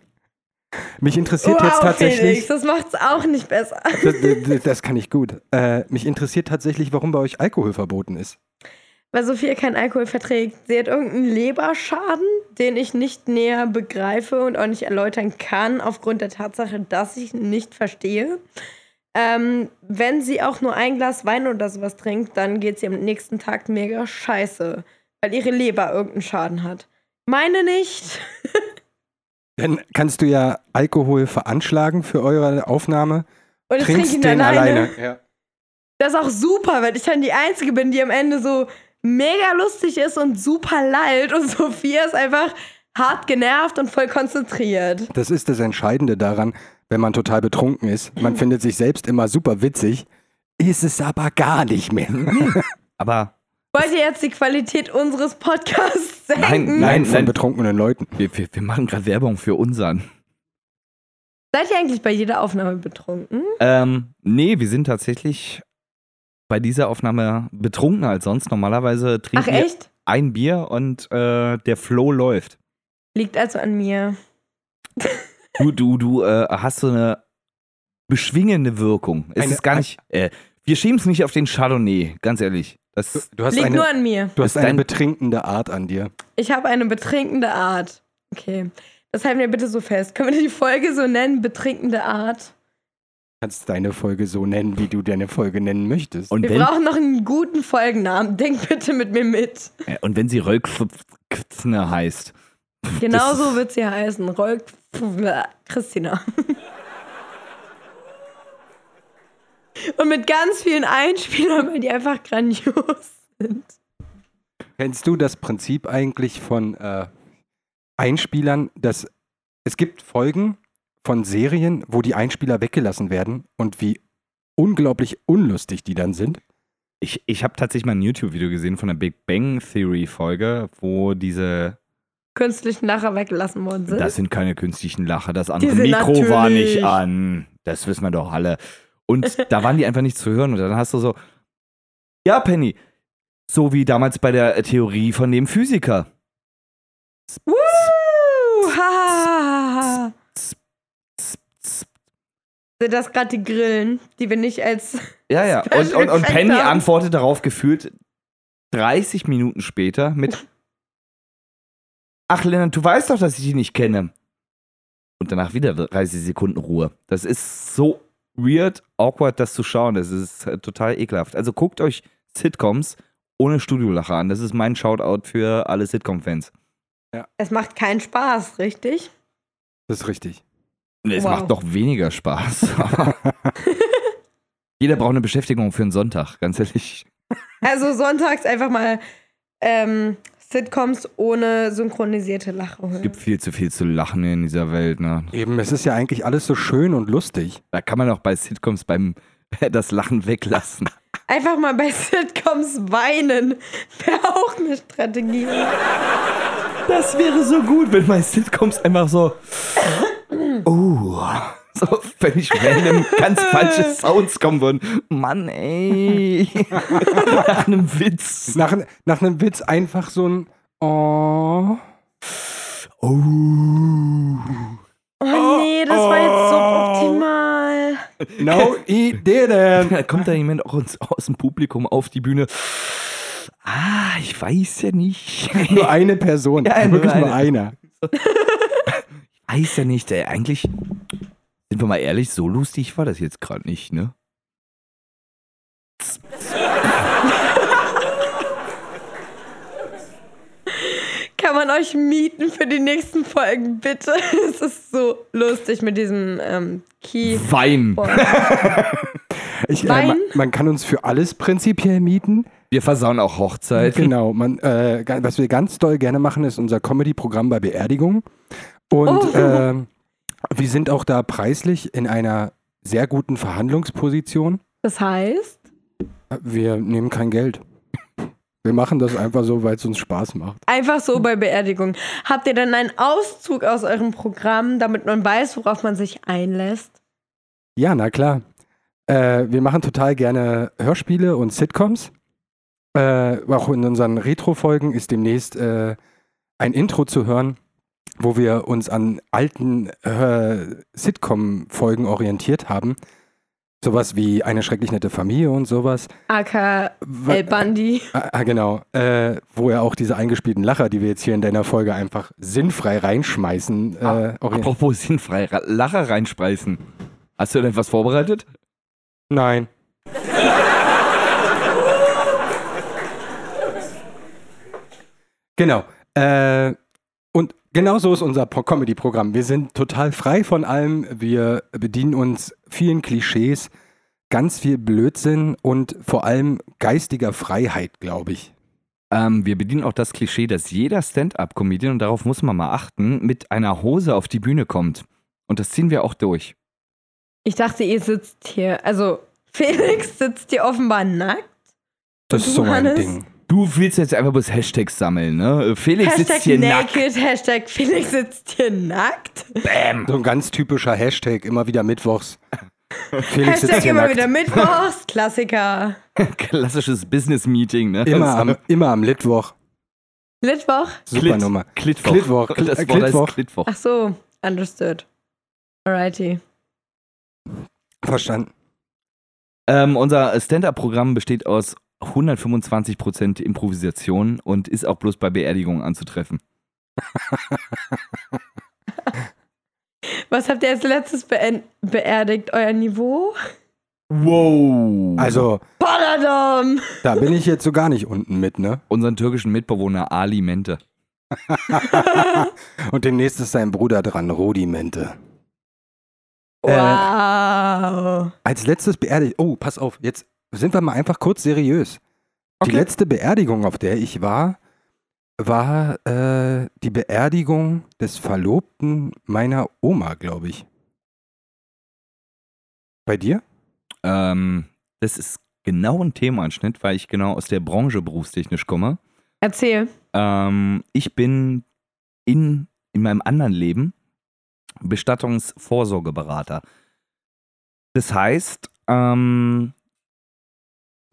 Mich interessiert jetzt Felix, tatsächlich. das macht's auch nicht besser. Das, das, das kann ich gut. Äh, mich interessiert tatsächlich, warum bei euch Alkohol verboten ist. Weil Sophia keinen Alkohol verträgt. Sie hat irgendeinen Leberschaden, den ich nicht näher begreife und auch nicht erläutern kann, aufgrund der Tatsache, dass ich ihn nicht verstehe. Ähm, wenn sie auch nur ein Glas Wein oder sowas trinkt, dann geht sie am nächsten Tag mega scheiße, weil ihre Leber irgendeinen Schaden hat. Meine nicht. Dann kannst du ja Alkohol veranschlagen für eure Aufnahme. Und ich trinke Trinkst ihn den dann alleine. alleine. Ja. Das ist auch super, weil ich dann die Einzige bin, die am Ende so mega lustig ist und super leid. Und Sophia ist einfach hart genervt und voll konzentriert. Das ist das Entscheidende daran, wenn man total betrunken ist. Mhm. Man findet sich selbst immer super witzig, ist es aber gar nicht mehr. Mhm. Aber Wollt ihr jetzt die Qualität unseres Podcasts Nein, senken? nein. von betrunkenen Leuten. wir, wir, wir machen gerade Werbung für unseren. Seid ihr eigentlich bei jeder Aufnahme betrunken? Ähm, nee, wir sind tatsächlich bei dieser Aufnahme betrunken als sonst. Normalerweise Ach trinken wir echt? ein Bier und äh, der Flow läuft. Liegt also an mir. Du, du, du äh, hast so eine beschwingende Wirkung. Es Eine- ist gar nicht. Äh, wir schieben es nicht auf den Chardonnay, ganz ehrlich. Du, Das, du hast Liegt nur eine, an mir. du hast ist eine dein- betrinkende Art an dir. Ich habe eine betrinkende Art. Okay. Das halten wir bitte so fest. Können wir die Folge so nennen? Betrinkende Art. Kannst deine Folge so nennen, wie du deine Folge nennen möchtest. und, Wir wenn, brauchen noch einen guten Folgennamen. Denkt bitte mit mir mit. äh, und wenn sie Röllkfzne heißt. Genau Das ist- so wird sie heißen. Rolk Christina. Und mit ganz vielen Einspielern, weil die einfach grandios sind. Kennst du das Prinzip eigentlich von äh, Einspielern, dass es gibt Folgen von Serien, wo die Einspieler weggelassen werden und wie unglaublich unlustig die dann sind? Ich, ich habe tatsächlich mal ein YouTube-Video gesehen von der Big Bang Theory-Folge, wo diese. Künstlichen Lacher weggelassen worden sind. Das sind keine künstlichen Lacher, das andere sind Mikro war natürlich- nicht an. Das wissen wir doch alle. Und <laughs> da waren die einfach nicht zu hören. Und dann hast du so. Ja, Penny. So wie damals bei der Theorie von dem Physiker. Woo! Ha, ha, ha, ha, ha. Sind das gerade die Grillen, die wir nicht als. Ja, ja. Special Und, und, und Effect Penny haben. antwortet darauf gefühlt 30 Minuten später mit: Ach, Lennart, du weißt doch, dass ich dich nicht kenne. Und danach wieder 30 Sekunden Ruhe. Das ist so weird, awkward, das zu schauen. Das ist äh, total ekelhaft. Also guckt euch Sitcoms ohne Studiolacher an. Das ist mein Shoutout für alle Sitcom-Fans. Es macht keinen Spaß, richtig? Das ist richtig. Es Wow. macht noch weniger <laughs> Spaß. Jeder braucht eine Beschäftigung für einen Sonntag, ganz ehrlich. Also sonntags einfach mal ähm, Sitcoms ohne synchronisierte Lache Es hören. gibt viel zu viel zu lachen in dieser Welt. Ne? Eben, es ist ja eigentlich alles so schön und lustig. Da kann man auch bei Sitcoms beim <laughs> das Lachen weglassen. Einfach mal bei <laughs> Sitcoms weinen. Wäre auch eine Strategie. Das wäre so gut, wenn bei Sitcoms einfach so. Oh. So völlig random ganz falsche Sounds kommen würden. Mann, ey. Nach einem Witz. Nach, nach einem Witz einfach so ein Oh. Oh nee, das war jetzt so optimal. <laughs> No, he didn't. Da kommt da jemand auch uns, aus dem Publikum auf die Bühne. Ah, ich weiß ja nicht. Nur eine Person. Ja, nur Wirklich nur eine. einer. weiß ja nicht, ey. Eigentlich, sind wir mal ehrlich, so lustig war das jetzt gerade nicht, ne? Kann man euch mieten für die nächsten Folgen, bitte? <laughs> Es ist so lustig mit diesem ähm, Key. Wein. Ich, äh, Wein? man, man kann uns für alles prinzipiell mieten. Wir versauen auch Hochzeiten. Genau, man, äh, ga- was wir ganz doll gerne machen, ist unser Comedy-Programm bei Beerdigungen. Und Oh. ähm, wir sind auch da preislich in einer sehr guten Verhandlungsposition. Das heißt, Wir nehmen kein Geld. Wir machen das einfach so, weil es uns Spaß macht. einfach so bei Beerdigung. Habt ihr denn einen Auszug aus eurem Programm, damit man weiß, worauf man sich einlässt? Ja, na klar. Äh, wir machen total gerne Hörspiele und Sitcoms. Äh, auch in unseren Retro-Folgen ist demnächst äh, ein Intro zu hören, wo wir uns an alten äh, Sitcom-Folgen orientiert haben. Sowas wie Eine schrecklich nette Familie und sowas. AK Wa- El Bandi. Ah, ah, genau. Äh, wo ja auch diese eingespielten Lacher, die wir jetzt hier in deiner Folge einfach sinnfrei reinschmeißen, äh, orientiert. Apropos sinnfrei, Ra- Lacher reinspeisen. Hast du denn was vorbereitet? Nein. genau. Äh, und genau so ist unser Pro- Comedy-Programm. Wir sind total frei von allem. Wir bedienen uns vielen Klischees, ganz viel Blödsinn und vor allem geistiger Freiheit, glaube ich. Ähm, wir bedienen auch das Klischee, dass jeder Stand-up-Comedian, und darauf muss man mal achten, mit einer Hose auf die Bühne kommt. Und das ziehen wir auch durch. Ich dachte, ihr sitzt hier. Also, Felix sitzt hier offenbar nackt. Das ist so mein Johannes? Ding. Du willst jetzt einfach bloß Hashtags sammeln, ne? Felix Hashtag sitzt hier nackt. naked, Hashtag Felix sitzt hier nackt. So ein ganz typischer Hashtag, immer wieder <laughs> mittwochs. Felix sitzt Hashtag hier immer nackt. wieder Mittwochs, Klassiker. <laughs> Klassisches Business-Meeting, ne? Immer am, immer am Litwoch. Litwoch? Super Nummer. Klittwoch. Klittwoch. Kl- Das Wort Klittwoch. heißt Klittwoch. Ach so, understood. Alrighty. Verstanden. Ähm, unser Stand-Up-Programm besteht aus 125% Improvisation und ist auch bloß bei Beerdigungen anzutreffen. Was habt ihr als letztes been- beerdigt? Euer Niveau? Wow. Also, Paradom! da bin ich jetzt so gar nicht unten mit, ne? Unseren türkischen Mitbewohner Ali Mente. Und demnächst ist sein Bruder dran, Rodimente. Wow. Als letztes beerdigt. Oh, pass auf, jetzt sind wir mal einfach kurz seriös. Die Okay. letzte Beerdigung, auf der ich war, war äh, die Beerdigung des Verlobten meiner Oma, glaube ich. Bei dir? Ähm, das ist genau ein Themenanschnitt, weil ich genau aus der Branche berufstechnisch komme. Erzähl. Ähm, ich bin in, in meinem anderen Leben Bestattungsvorsorgeberater. Das heißt, ähm,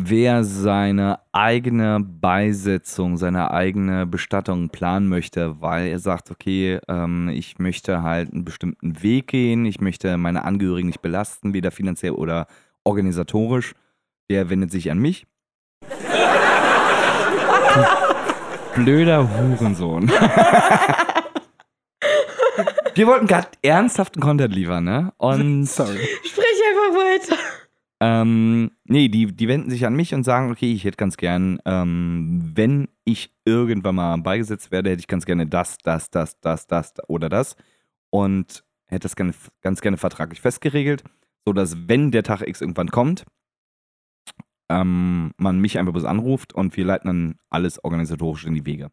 wer seine eigene Beisetzung, seine eigene Bestattung planen möchte, weil er sagt, okay, ähm, ich möchte halt einen bestimmten Weg gehen, ich möchte meine Angehörigen nicht belasten, weder finanziell oder organisatorisch, der wendet sich an mich. blöder Hurensohn. <laughs> Wir wollten gerade ernsthaften Content liefern, ne? Und Sorry. Sprich einfach weiter. ähm, nee, die, die wenden sich an mich und sagen, okay, ich hätte ganz gern, ähm, wenn ich irgendwann mal beigesetzt werde, hätte ich ganz gerne das, das, das, das, das oder das. Und hätte das gerne, ganz gerne vertraglich festgeregelt, sodass, wenn der Tag X irgendwann kommt, ähm, man mich einfach bloß anruft und wir leiten dann alles organisatorisch in die Wege.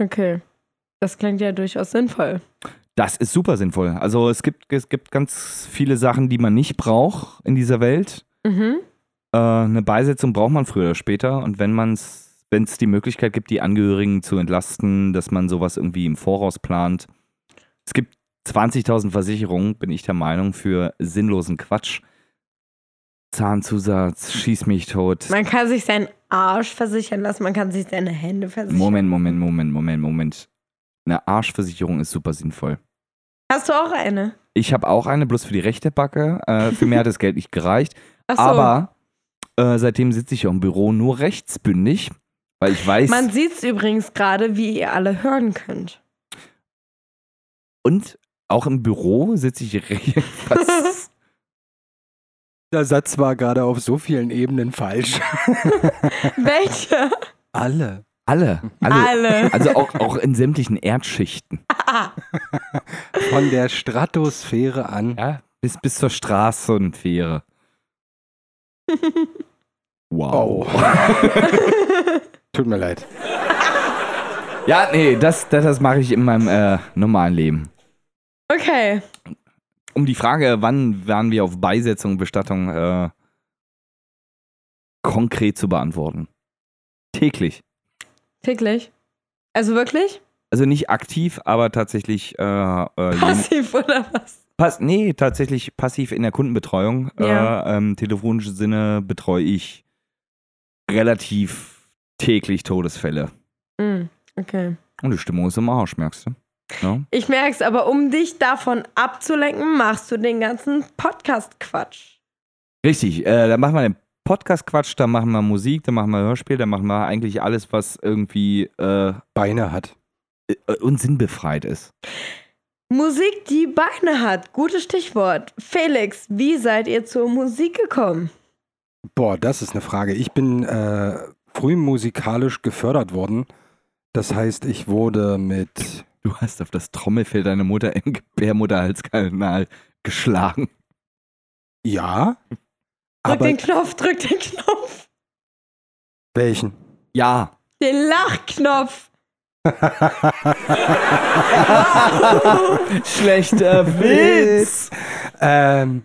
Okay. Das klingt ja durchaus sinnvoll. Das ist super sinnvoll. Also es gibt, es gibt ganz viele Sachen, die man nicht braucht in dieser Welt. Mhm. Äh, eine Beisetzung braucht man früher oder später. Und wenn man es, wenn es die Möglichkeit gibt, die Angehörigen zu entlasten, dass man sowas irgendwie im Voraus plant. Es gibt 20.000 Versicherungen, bin ich der Meinung, für sinnlosen Quatsch. Zahnzusatz, schieß mich tot. Man kann sich seinen Arsch versichern lassen, man kann sich seine Hände versichern. Moment, Moment, Moment, Moment, Moment. Eine Arschversicherung ist super sinnvoll. Hast du auch eine? Ich habe auch eine, bloß für die rechte Backe. Äh, für mehr hat das Geld nicht gereicht. Ach so. Aber äh, seitdem sitze ich auch im Büro nur rechtsbündig, weil ich weiß. Man sieht's übrigens gerade, wie ihr alle hören könnt. und auch im Büro sitze ich rechts. Was? Der Satz war gerade auf so vielen Ebenen falsch. <laughs> Welche? <laughs> Alle. <laughs> Alle. Alle. Alle. Also auch, auch in sämtlichen Erdschichten. Von der Stratosphäre an. Ja. Bis, bis zur Straße <laughs> und Fähre. Oh. Wow. <laughs> Tut mir leid. Ja, nee, das, das, das mache ich in meinem äh, normalen Leben. Okay. Um die Frage, wann waren wir auf Beisetzung und Bestattung äh, konkret zu beantworten. Täglich. Täglich. Also wirklich? Also nicht aktiv, aber tatsächlich äh, äh, jeden- Passiv oder was? Pass, nee, tatsächlich passiv in der Kundenbetreuung. Ja. Äh, ähm, telefonischen Sinne betreue ich relativ täglich Todesfälle. Hm, okay. Und die Stimmung ist im Arsch, merkst du? ne? Ja. Ich merk's, aber um dich davon abzulenken, machst du den ganzen Podcast-Quatsch. Richtig, äh, dann machen wir den Podcast-Quatsch, dann machen wir Musik, dann machen wir Hörspiel, dann machen wir eigentlich alles, was irgendwie äh, Beine hat. äh, und sinnbefreit ist. Musik, die Beine hat. Gutes Stichwort. Felix, wie seid ihr zur Musik gekommen? Boah, das ist eine Frage. Ich bin äh, früh musikalisch gefördert worden. Das heißt, ich wurde mit Du hast auf das Trommelfell deiner Mutter <laughs> im Gebärmutterhalskanal geschlagen. ja, Drück aber den Knopf, drück den Knopf. welchen? Ja. Den Lachknopf. <laughs> Schlechter Witz. Ähm,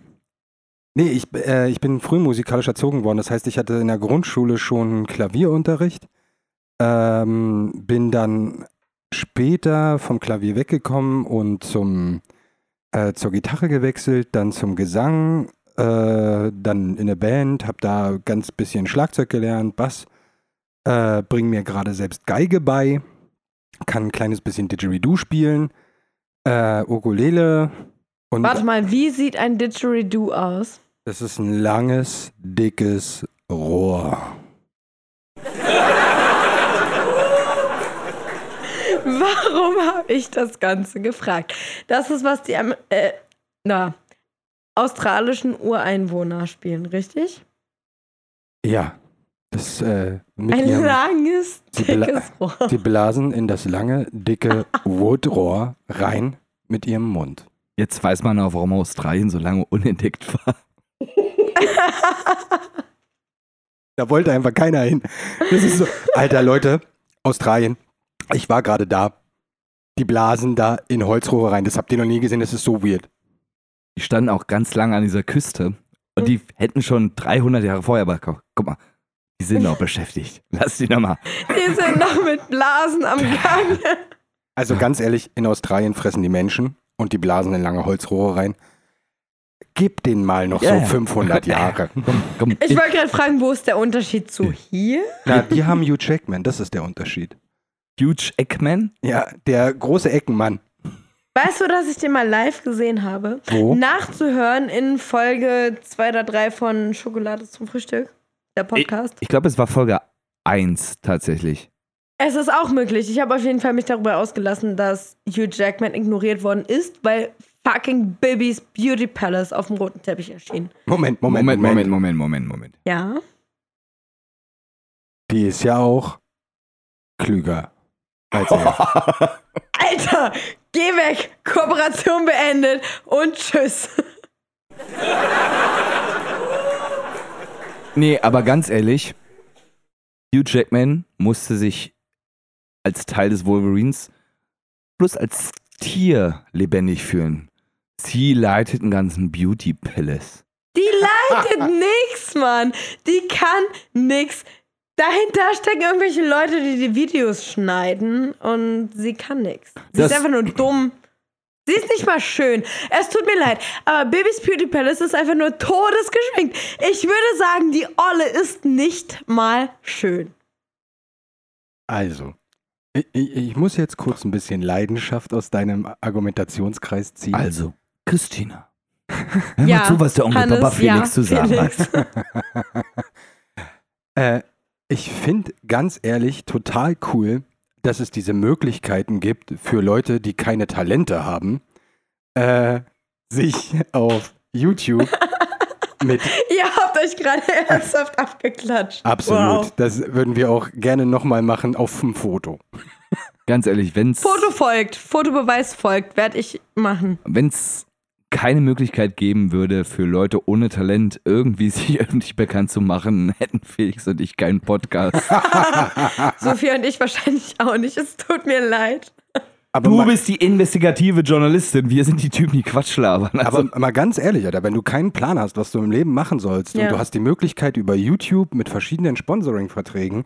nee, ich, äh, ich bin früh musikalisch erzogen worden. Das heißt, ich hatte in der Grundschule schon Klavierunterricht. Ähm, bin dann später vom Klavier weggekommen und zum, äh, zur Gitarre gewechselt, dann zum Gesang, äh, dann in eine Band, habe da ganz bisschen Schlagzeug gelernt, Bass, äh, bring mir gerade selbst Geige bei, kann ein kleines bisschen Didgeridoo spielen, äh, Ukulele und Warte mal, wie sieht ein Didgeridoo aus? <laughs> das ist ein langes, dickes Rohr. Warum habe ich das Ganze gefragt? Das ist, was die Am- äh, na, australischen Ureinwohner spielen, richtig? Ja. Das, äh, mit Ein ihrem, langes, Die Bla- dickes Rohr. sie blasen in das lange, dicke Woodrohr rein mit ihrem Mund. Jetzt weiß man auch, warum Australien so lange unentdeckt war. Da wollte einfach keiner hin. Das ist so, alter Leute, Australien, ich war gerade da. Die blasen da in Holzrohre rein. Das habt ihr noch nie gesehen, das ist so weird. Die standen auch ganz lange an dieser Küste. Und die hätten schon 300 Jahre vorher, aber guck, guck mal, die sind <laughs> noch beschäftigt. Lass die noch mal. Die sind noch mit Blasen am Gange. Also ganz ehrlich, in Australien fressen die Menschen und die blasen in lange Holzrohre rein. Gib denen mal noch Ja, so ja. <laughs> 500 <laughs> Jahre. Komm, Ich wollte gerade fragen, wo ist der Unterschied zu hier? Na, die haben Hugh Jackman, das ist der Unterschied. Huge Eggman? Ja, der große Eckenmann. Weißt du, dass ich den mal live gesehen habe? Wo? Nachzuhören in Folge 2 oder 3 von Schokolade zum Frühstück, der Podcast. Ich glaube, es war Folge 1 tatsächlich. Es ist auch möglich. Ich habe auf jeden Fall mich darüber ausgelassen, dass Hugh Jackman ignoriert worden ist, weil fucking Bibby's Beauty Palace auf dem roten Teppich erschien. Moment, Moment, Moment, Moment, Moment, Moment. Moment. Ja. Die ist ja auch klüger als <laughs> er. Alter, geh weg. Kooperation beendet und tschüss. Nee, aber ganz ehrlich, Hugh Jackman musste sich als Teil des Wolverines bloß als Tier lebendig fühlen. Sie leitet einen ganzen Beauty Palace. Die <laughs> leitet nix, Mann. Die kann nix. Dahinter stecken irgendwelche Leute, die die Videos schneiden und sie kann nix. Sie Das- ist einfach nur dumm. Sie ist nicht mal schön. Es tut mir leid, aber Babys Beauty Palace ist einfach nur todesgeschminkt. Ich würde sagen, die Olle ist nicht mal schön. Also, ich, ich, ich muss jetzt kurz ein bisschen Leidenschaft aus deinem Argumentationskreis ziehen. Also, <laughs> Christina. Hör Ja, mal zu, was der Onkel Hannes, Um Papa Felix ja, zu sagen hat. Felix. <laughs> Äh, ich finde ganz ehrlich total cool, dass es diese Möglichkeiten gibt für Leute, die keine Talente haben, äh, sich auf YouTube mit Ihr habt euch gerade <laughs> ernsthaft abgeklatscht. Absolut. Wow. Das würden wir auch gerne nochmal machen auf dem Foto. Ganz ehrlich, wenn's Foto folgt, Fotobeweis folgt, werde ich machen. wenn es keine Möglichkeit geben würde, für Leute ohne Talent irgendwie sich <laughs> öffentlich bekannt zu machen, hätten Felix und ich keinen Podcast. Sophia und ich wahrscheinlich auch nicht. Es tut mir leid. Aber Du mal- bist die investigative Journalistin. Wir sind die Typen, die Quatsch labern. Also, Aber mal ganz ehrlich, Alter, wenn du keinen Plan hast, was du im Leben machen sollst Ja. und du hast die Möglichkeit über YouTube mit verschiedenen Sponsoring-Verträgen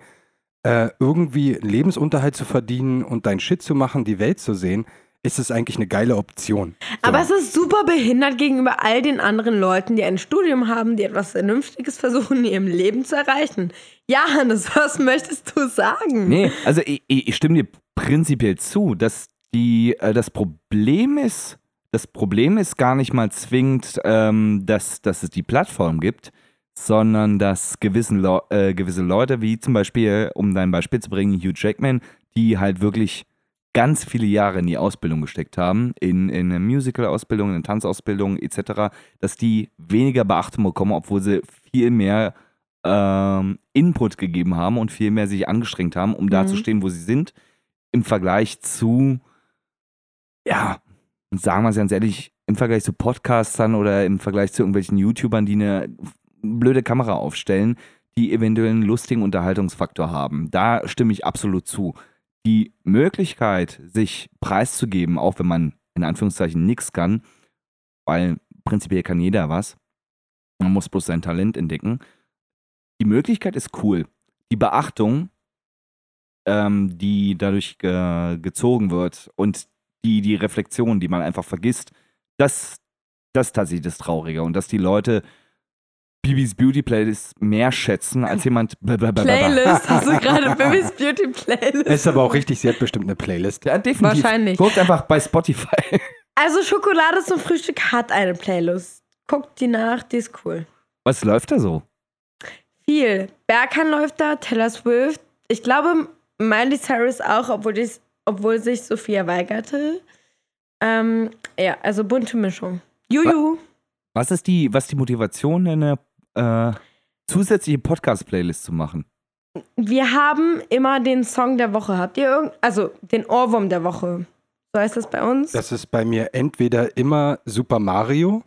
äh, irgendwie Lebensunterhalt zu verdienen und dein Shit zu machen, die Welt zu sehen, ist es eigentlich eine geile Option. So. Aber es ist super behindert gegenüber all den anderen Leuten, die ein Studium haben, die etwas Vernünftiges versuchen, in ihrem Leben zu erreichen. Ja, Hannes, was möchtest du sagen? nee, also ich, ich ich stimme dir prinzipiell zu, dass die, äh, das Problem ist, das Problem ist gar nicht mal zwingend, ähm, dass, dass es die Plattform gibt, sondern dass gewissen Leu äh, gewisse Leute, wie zum Beispiel, um dein Beispiel zu bringen, Hugh Jackman, die halt wirklich ganz viele Jahre in die Ausbildung gesteckt haben, in, in eine Musical-Ausbildung, in eine Tanzausbildung etc., dass die weniger Beachtung bekommen, obwohl sie viel mehr ähm, Input gegeben haben und viel mehr sich angestrengt haben, um da Mhm. zu stehen, wo sie sind, im Vergleich zu, ja, sagen wir es ganz ehrlich, im Vergleich zu Podcastern oder im Vergleich zu irgendwelchen YouTubern, die eine blöde Kamera aufstellen, die eventuell einen lustigen Unterhaltungsfaktor haben. Da stimme ich absolut zu. Die Möglichkeit, sich preiszugeben, auch wenn man in Anführungszeichen nichts kann, weil prinzipiell kann jeder was, man muss bloß sein Talent entdecken. Die Möglichkeit ist cool. Die Beachtung, ähm, die dadurch ge gezogen wird und die, die Reflexion, die man einfach vergisst, das, das ist tatsächlich das Traurige. Und dass die Leute Bibis Beauty Playlist mehr schätzen als jemand. Playlist, hast du gerade Bibis Beauty Playlist? Ist aber auch richtig, sie hat bestimmt eine Playlist. Ja, definitiv. Wahrscheinlich. Guckt einfach bei Spotify. Also Schokolade zum Frühstück hat eine Playlist. Guckt die nach, die ist cool. Was läuft da so? Viel. Berkan läuft da, Taylor Swift. Ich glaube, Miley Cyrus auch, obwohl, dies, obwohl sich Sophia weigerte. Ähm, ja, also bunte Mischung. Juju. Was ist die, was ist die Motivation, eine äh, zusätzliche Podcast-Playlist zu machen? Wir haben immer den Song der Woche. Habt ihr irgend, also den Ohrwurm der Woche? So heißt das bei uns. Das ist bei mir entweder immer Super Mario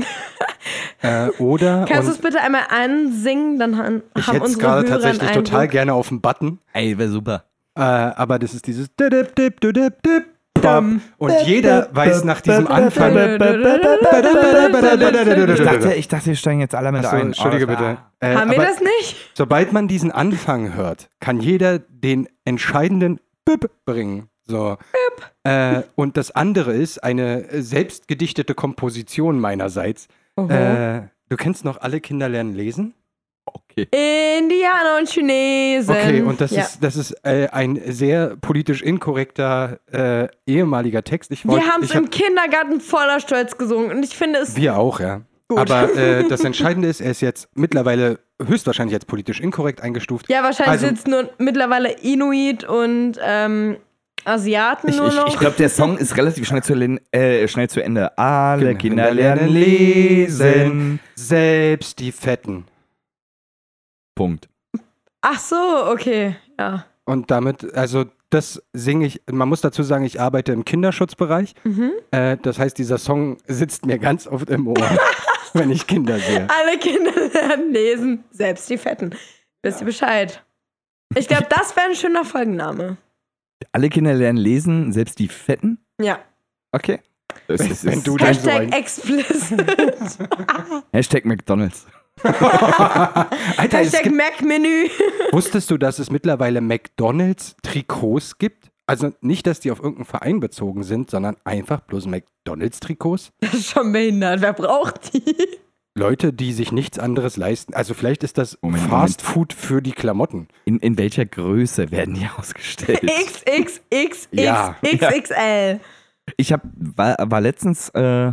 <laughs> äh, oder. Kannst du es und bitte einmal ansingen? Dann han- ich haben hätte es unsere gerade Hörer einen tatsächlich total Eindruck. gerne auf dem Button. Ey, wäre super. Äh, aber das ist dieses dip, dip, dip, dip, dip, bap. und jeder weiß nach diesem Anfang. Ich dachte, ich dachte, wir steigen jetzt alle mit Achso, ein. Oh, Entschuldige bitte. Äh, Haben wir aber das nicht? Sobald man diesen Anfang hört, kann jeder den entscheidenden Bip bringen. So. Äh, und das andere ist eine äh, selbstgedichtete Komposition meinerseits. Äh, du kennst noch alle Kinder lernen lesen? oh, Indianer und Chinesen. Okay, und das Ja. ist, das ist äh, ein sehr politisch inkorrekter äh, ehemaliger Text. Ich wollt- Wir haben es ich hab- im Kindergarten voller Stolz gesungen und ich finde es. Wir auch, ja. Aber äh, das Entscheidende ist, er ist jetzt mittlerweile höchstwahrscheinlich jetzt politisch inkorrekt eingestuft. Ja, wahrscheinlich Also- sitzen nur mittlerweile Inuit und ähm, Asiaten nur noch. Ich glaube, der Song ist relativ schnell zu, len- äh, schnell zu Ende. Alle Genau. Kinder lernen lesen. Selbst die Fetten. Punkt. Ach so, okay. Ja. Und damit, also das singe ich, man muss dazu sagen, ich arbeite im Kinderschutzbereich. Mhm. Äh, das heißt, dieser Song sitzt mir ganz oft im Ohr, <laughs> wenn ich Kinder sehe. Alle Kinder <laughs> lernen lesen, selbst die Fetten. Wisst ihr Bescheid? Ich glaube, das wäre ein schöner Folgenname. Alle Kinder lernen lesen, selbst die Fetten. Ja. Okay. Das ist- Wenn du dann so Hashtag ein, <laughs> explicit. Hashtag McDonalds. Alter, es Hashtag gibt, Mac-Menü. wusstest du, dass es mittlerweile McDonalds-Trikots gibt? Also nicht, dass die auf irgendeinen Verein bezogen sind, sondern einfach bloß McDonalds-Trikots? Das ist schon behindert. Wer braucht die? Leute, die sich nichts anderes leisten. Also vielleicht ist das Moment, Fast Food für die Klamotten. In, in welcher Größe werden <laughs> die ausgestellt? Ja. XXXXXXL. Ich hab, war, war letztens äh,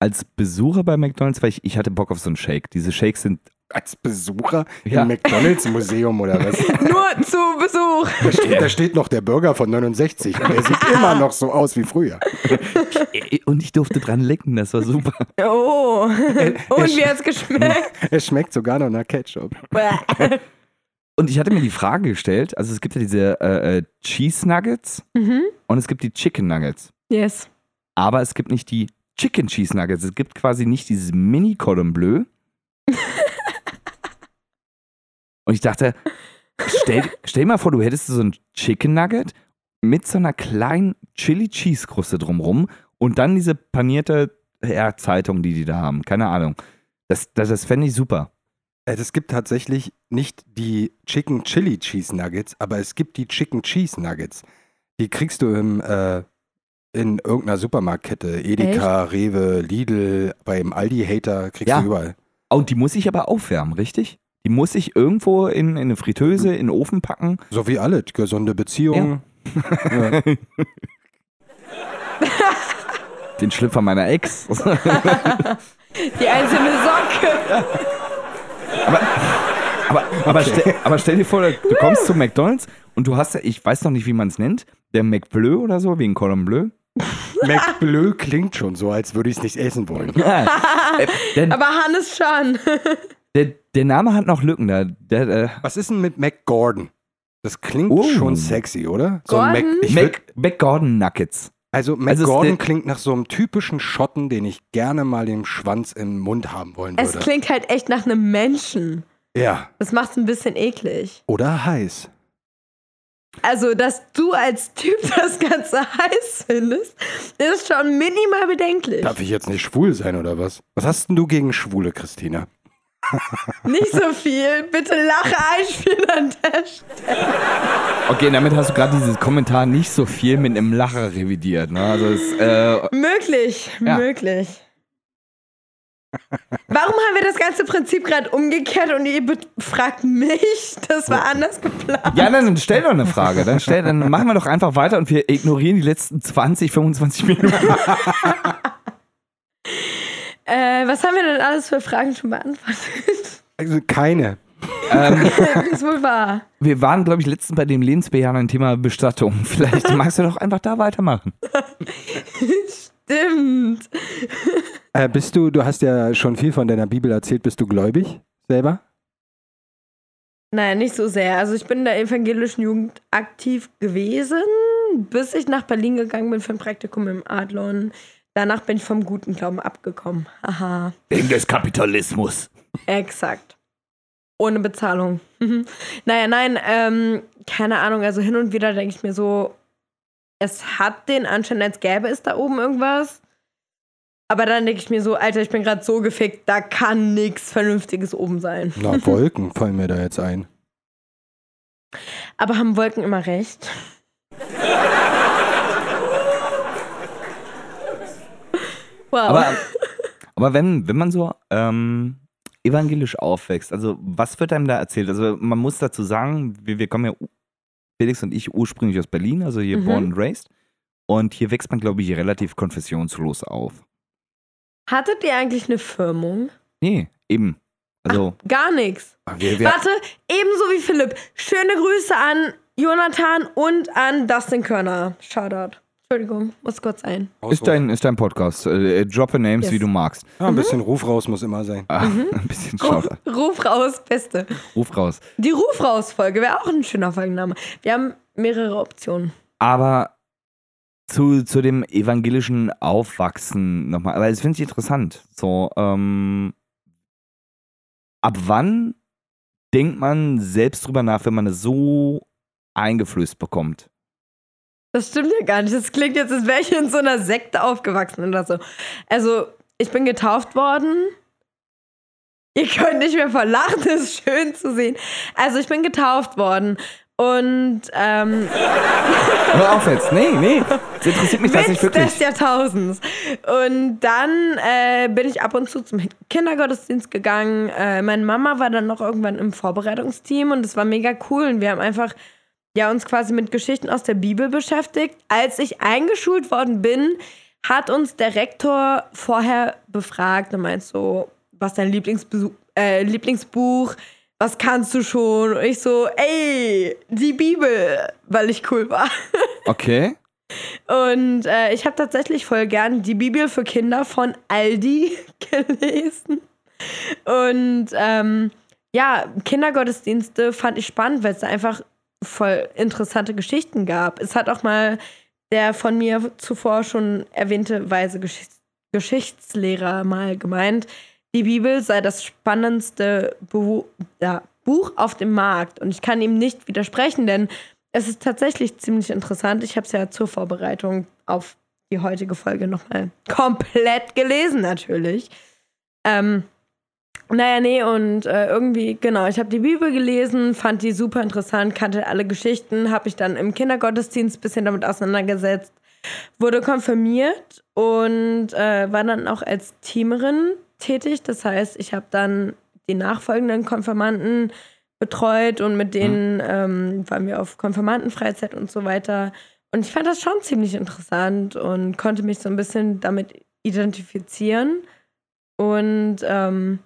als Besucher bei McDonalds, weil ich, ich hatte Bock auf so einen Shake. Diese Shakes sind. Als Besucher Ja. im McDonalds-Museum oder <laughs> was? Nur zu Besuch. Da steht, da steht noch der Burger von 69 und der <laughs> sieht immer noch so aus wie <laughs> früher. äh, Und ich durfte dran lecken, das war super. Oh. Und es- wie hat's <laughs> geschmeckt? Es schmeckt sogar noch nach Ketchup. Und ich hatte mir die Frage gestellt: also, es gibt ja diese äh, äh, Cheese Nuggets mhm. und es gibt die Chicken Nuggets. Yes. aber es gibt nicht die Chicken Cheese Nuggets. Es gibt quasi nicht dieses Mini Cordon Bleu. Und ich dachte, stell, stell mal vor, du hättest so ein Chicken Nugget mit so einer kleinen Chili-Cheese-Kruste drumrum und dann diese panierte ja, Zeitung, die die da haben. Keine Ahnung. Das, das, das fände ich super. Äh, Es gibt tatsächlich nicht die Chicken Chili Cheese Nuggets, aber es gibt die Chicken Cheese Nuggets. Die kriegst du im, äh, in irgendeiner Supermarktkette. Edeka, Rewe, Lidl, beim Aldi-Hater kriegst Ja. du überall. Ah, Und die muss ich aber aufwärmen, richtig? Die muss ich irgendwo in, in eine Fritteuse, in den Ofen packen. So wie alle, gesunde Beziehungen. Ja. Den Schlüpfer meiner Ex. <laughs> Die einzelne Socke. Aber, aber, stell, aber stell dir vor, du kommst <laughs> zu McDonalds und du hast, ja- ich weiß noch nicht, wie man es nennt, der McBleu oder so, wegen Cordon Bleu. <laughs> McBleu klingt schon so, als würde ich es nicht essen wollen. <laughs> Äh, der, Aber Hannes schon. der, der Name hat noch Lücken. Der, der, äh, der, Was ist denn mit McGordon? Das klingt Oh. schon sexy, oder? So ein Gordon? ich würd, Mac, McGordon Nuggets. also Also es McGordon ist der- klingt nach so einem typischen Schotten, den ich gerne mal den Schwanz im Mund haben wollen Es würde. klingt halt echt nach einem Menschen. Ja. Das macht's ein bisschen eklig. Oder heiß. Also, dass du als Typ <laughs> das Ganze heiß findest, ist schon minimal bedenklich. Darf ich jetzt nicht schwul sein oder was? Was hast denn du gegen Schwule, Christina? <laughs> Nicht so viel. Bitte lache einspielen an der Stelle. Okay, damit hast du gerade dieses Kommentar nicht so viel mit einem Lacher revidiert. Ne? Also es, äh, Möglich, Ja. möglich. Warum haben wir das ganze Prinzip gerade umgekehrt und ihr befragt mich? Das war anders geplant. ja, dann stell doch eine Frage. Dann, stell, dann machen wir doch einfach weiter und wir ignorieren die letzten 20, 25 Minuten. Äh, was haben wir denn alles für Fragen schon beantwortet? <laughs> Also keine. das ist wohl wahr. Wir waren, glaube ich, letztens bei dem lebensbejahenden Thema Bestattung. Vielleicht magst du doch einfach da weitermachen. Stimmt. Äh, bist du, du hast ja schon viel von deiner Bibel erzählt, bist du gläubig selber? Nein, nicht so sehr. Also ich bin in der evangelischen Jugend aktiv gewesen, bis ich nach Berlin gegangen bin für ein Praktikum im Adlon. Danach bin ich vom guten Glauben abgekommen. Haha, Wegen des Kapitalismus. exakt. Ohne Bezahlung. Mhm. naja, nein, ähm, keine Ahnung. Also hin und wieder denke ich mir so, es hat den Anschein, als gäbe es da oben irgendwas. Aber dann denke ich mir so, Alter, ich bin gerade so gefickt, da kann nichts Vernünftiges oben sein. <laughs> Na, Wolken fallen mir da jetzt ein. Aber haben Wolken immer recht? <laughs> wow. Aber, <laughs> aber wenn, wenn man so ähm, evangelisch aufwächst, also was wird einem da erzählt? Also man muss dazu sagen, wir, wir kommen ja, u- Felix und ich, ursprünglich aus Berlin, also hier Mhm. born and raised. Und hier wächst man, glaube ich, relativ konfessionslos auf. Hattet ihr eigentlich eine Firmung? Nee, eben. Also, Gar nichts. Ah, Wir, Warte, ebenso wie Philipp. Schöne Grüße an Jonathan und an Dustin Körner. Shoutout. Entschuldigung, muss kurz sein. ist dein, ist dein Podcast. Äh, drop the names, Yes. Mhm. wie du magst. ja, ein bisschen Ruf raus muss immer sein. Ah, <laughs> Ein bisschen Ruf, Shoutout. Ruf raus, Beste. Ruf raus. Die Ruf raus Folge wäre auch ein schöner Folgenname. Wir haben mehrere Optionen. Aber zu, zu dem evangelischen Aufwachsen nochmal, weil das finde ich interessant. So, ähm, ab wann denkt man selbst drüber nach, wenn man es so eingeflößt bekommt? Das stimmt ja gar nicht. Das klingt jetzt, als wäre ich in so einer Sekte aufgewachsen oder so. Also, ich bin getauft worden. Ihr könnt nicht mehr verlachen, <laughs> das ist schön zu sehen. Also, ich bin getauft worden. Und ähm, Hör auf jetzt. Nee, nee. Das interessiert mich tatsächlich Witz des wirklich. Jahrtausends. Und dann äh, bin ich ab und zu zum Kindergottesdienst gegangen. Äh, meine Mama war dann noch irgendwann im Vorbereitungsteam und es war mega cool. Und wir haben einfach ja, uns quasi mit Geschichten aus der Bibel beschäftigt. Als ich eingeschult worden bin, hat uns der Rektor vorher befragt und meint so, was dein Lieblingsbesuch, äh, Lieblingsbuch, was kannst du schon? Und ich so, ey, die Bibel, weil ich cool war. Okay. Und äh, ich habe tatsächlich voll gern die Bibel für Kinder von Aldi <laughs> gelesen. Und ähm, ja, Kindergottesdienste fand ich spannend, weil es da einfach voll interessante Geschichten gab. Es hat auch mal der von mir zuvor schon erwähnte weise Geschichts Geschichtslehrer mal gemeint, die Bibel sei das spannendste Bu ja, Buch auf dem Markt. Und ich kann ihm nicht widersprechen, denn es ist tatsächlich ziemlich interessant. Ich habe es ja zur Vorbereitung auf die heutige Folge nochmal komplett gelesen, natürlich. Ähm, naja, nee, und äh, irgendwie, genau, ich habe die Bibel gelesen, fand die super interessant, kannte alle Geschichten, habe mich dann im Kindergottesdienst ein bisschen damit auseinandergesetzt, wurde konfirmiert und äh, war dann auch als Teamerin tätig. Das heißt, ich habe dann die nachfolgenden Konfirmanden betreut und mit denen ähm, waren wir auf Konfirmandenfreizeit und so weiter. Und ich fand das schon ziemlich interessant und konnte mich so ein bisschen damit identifizieren. Und ähm,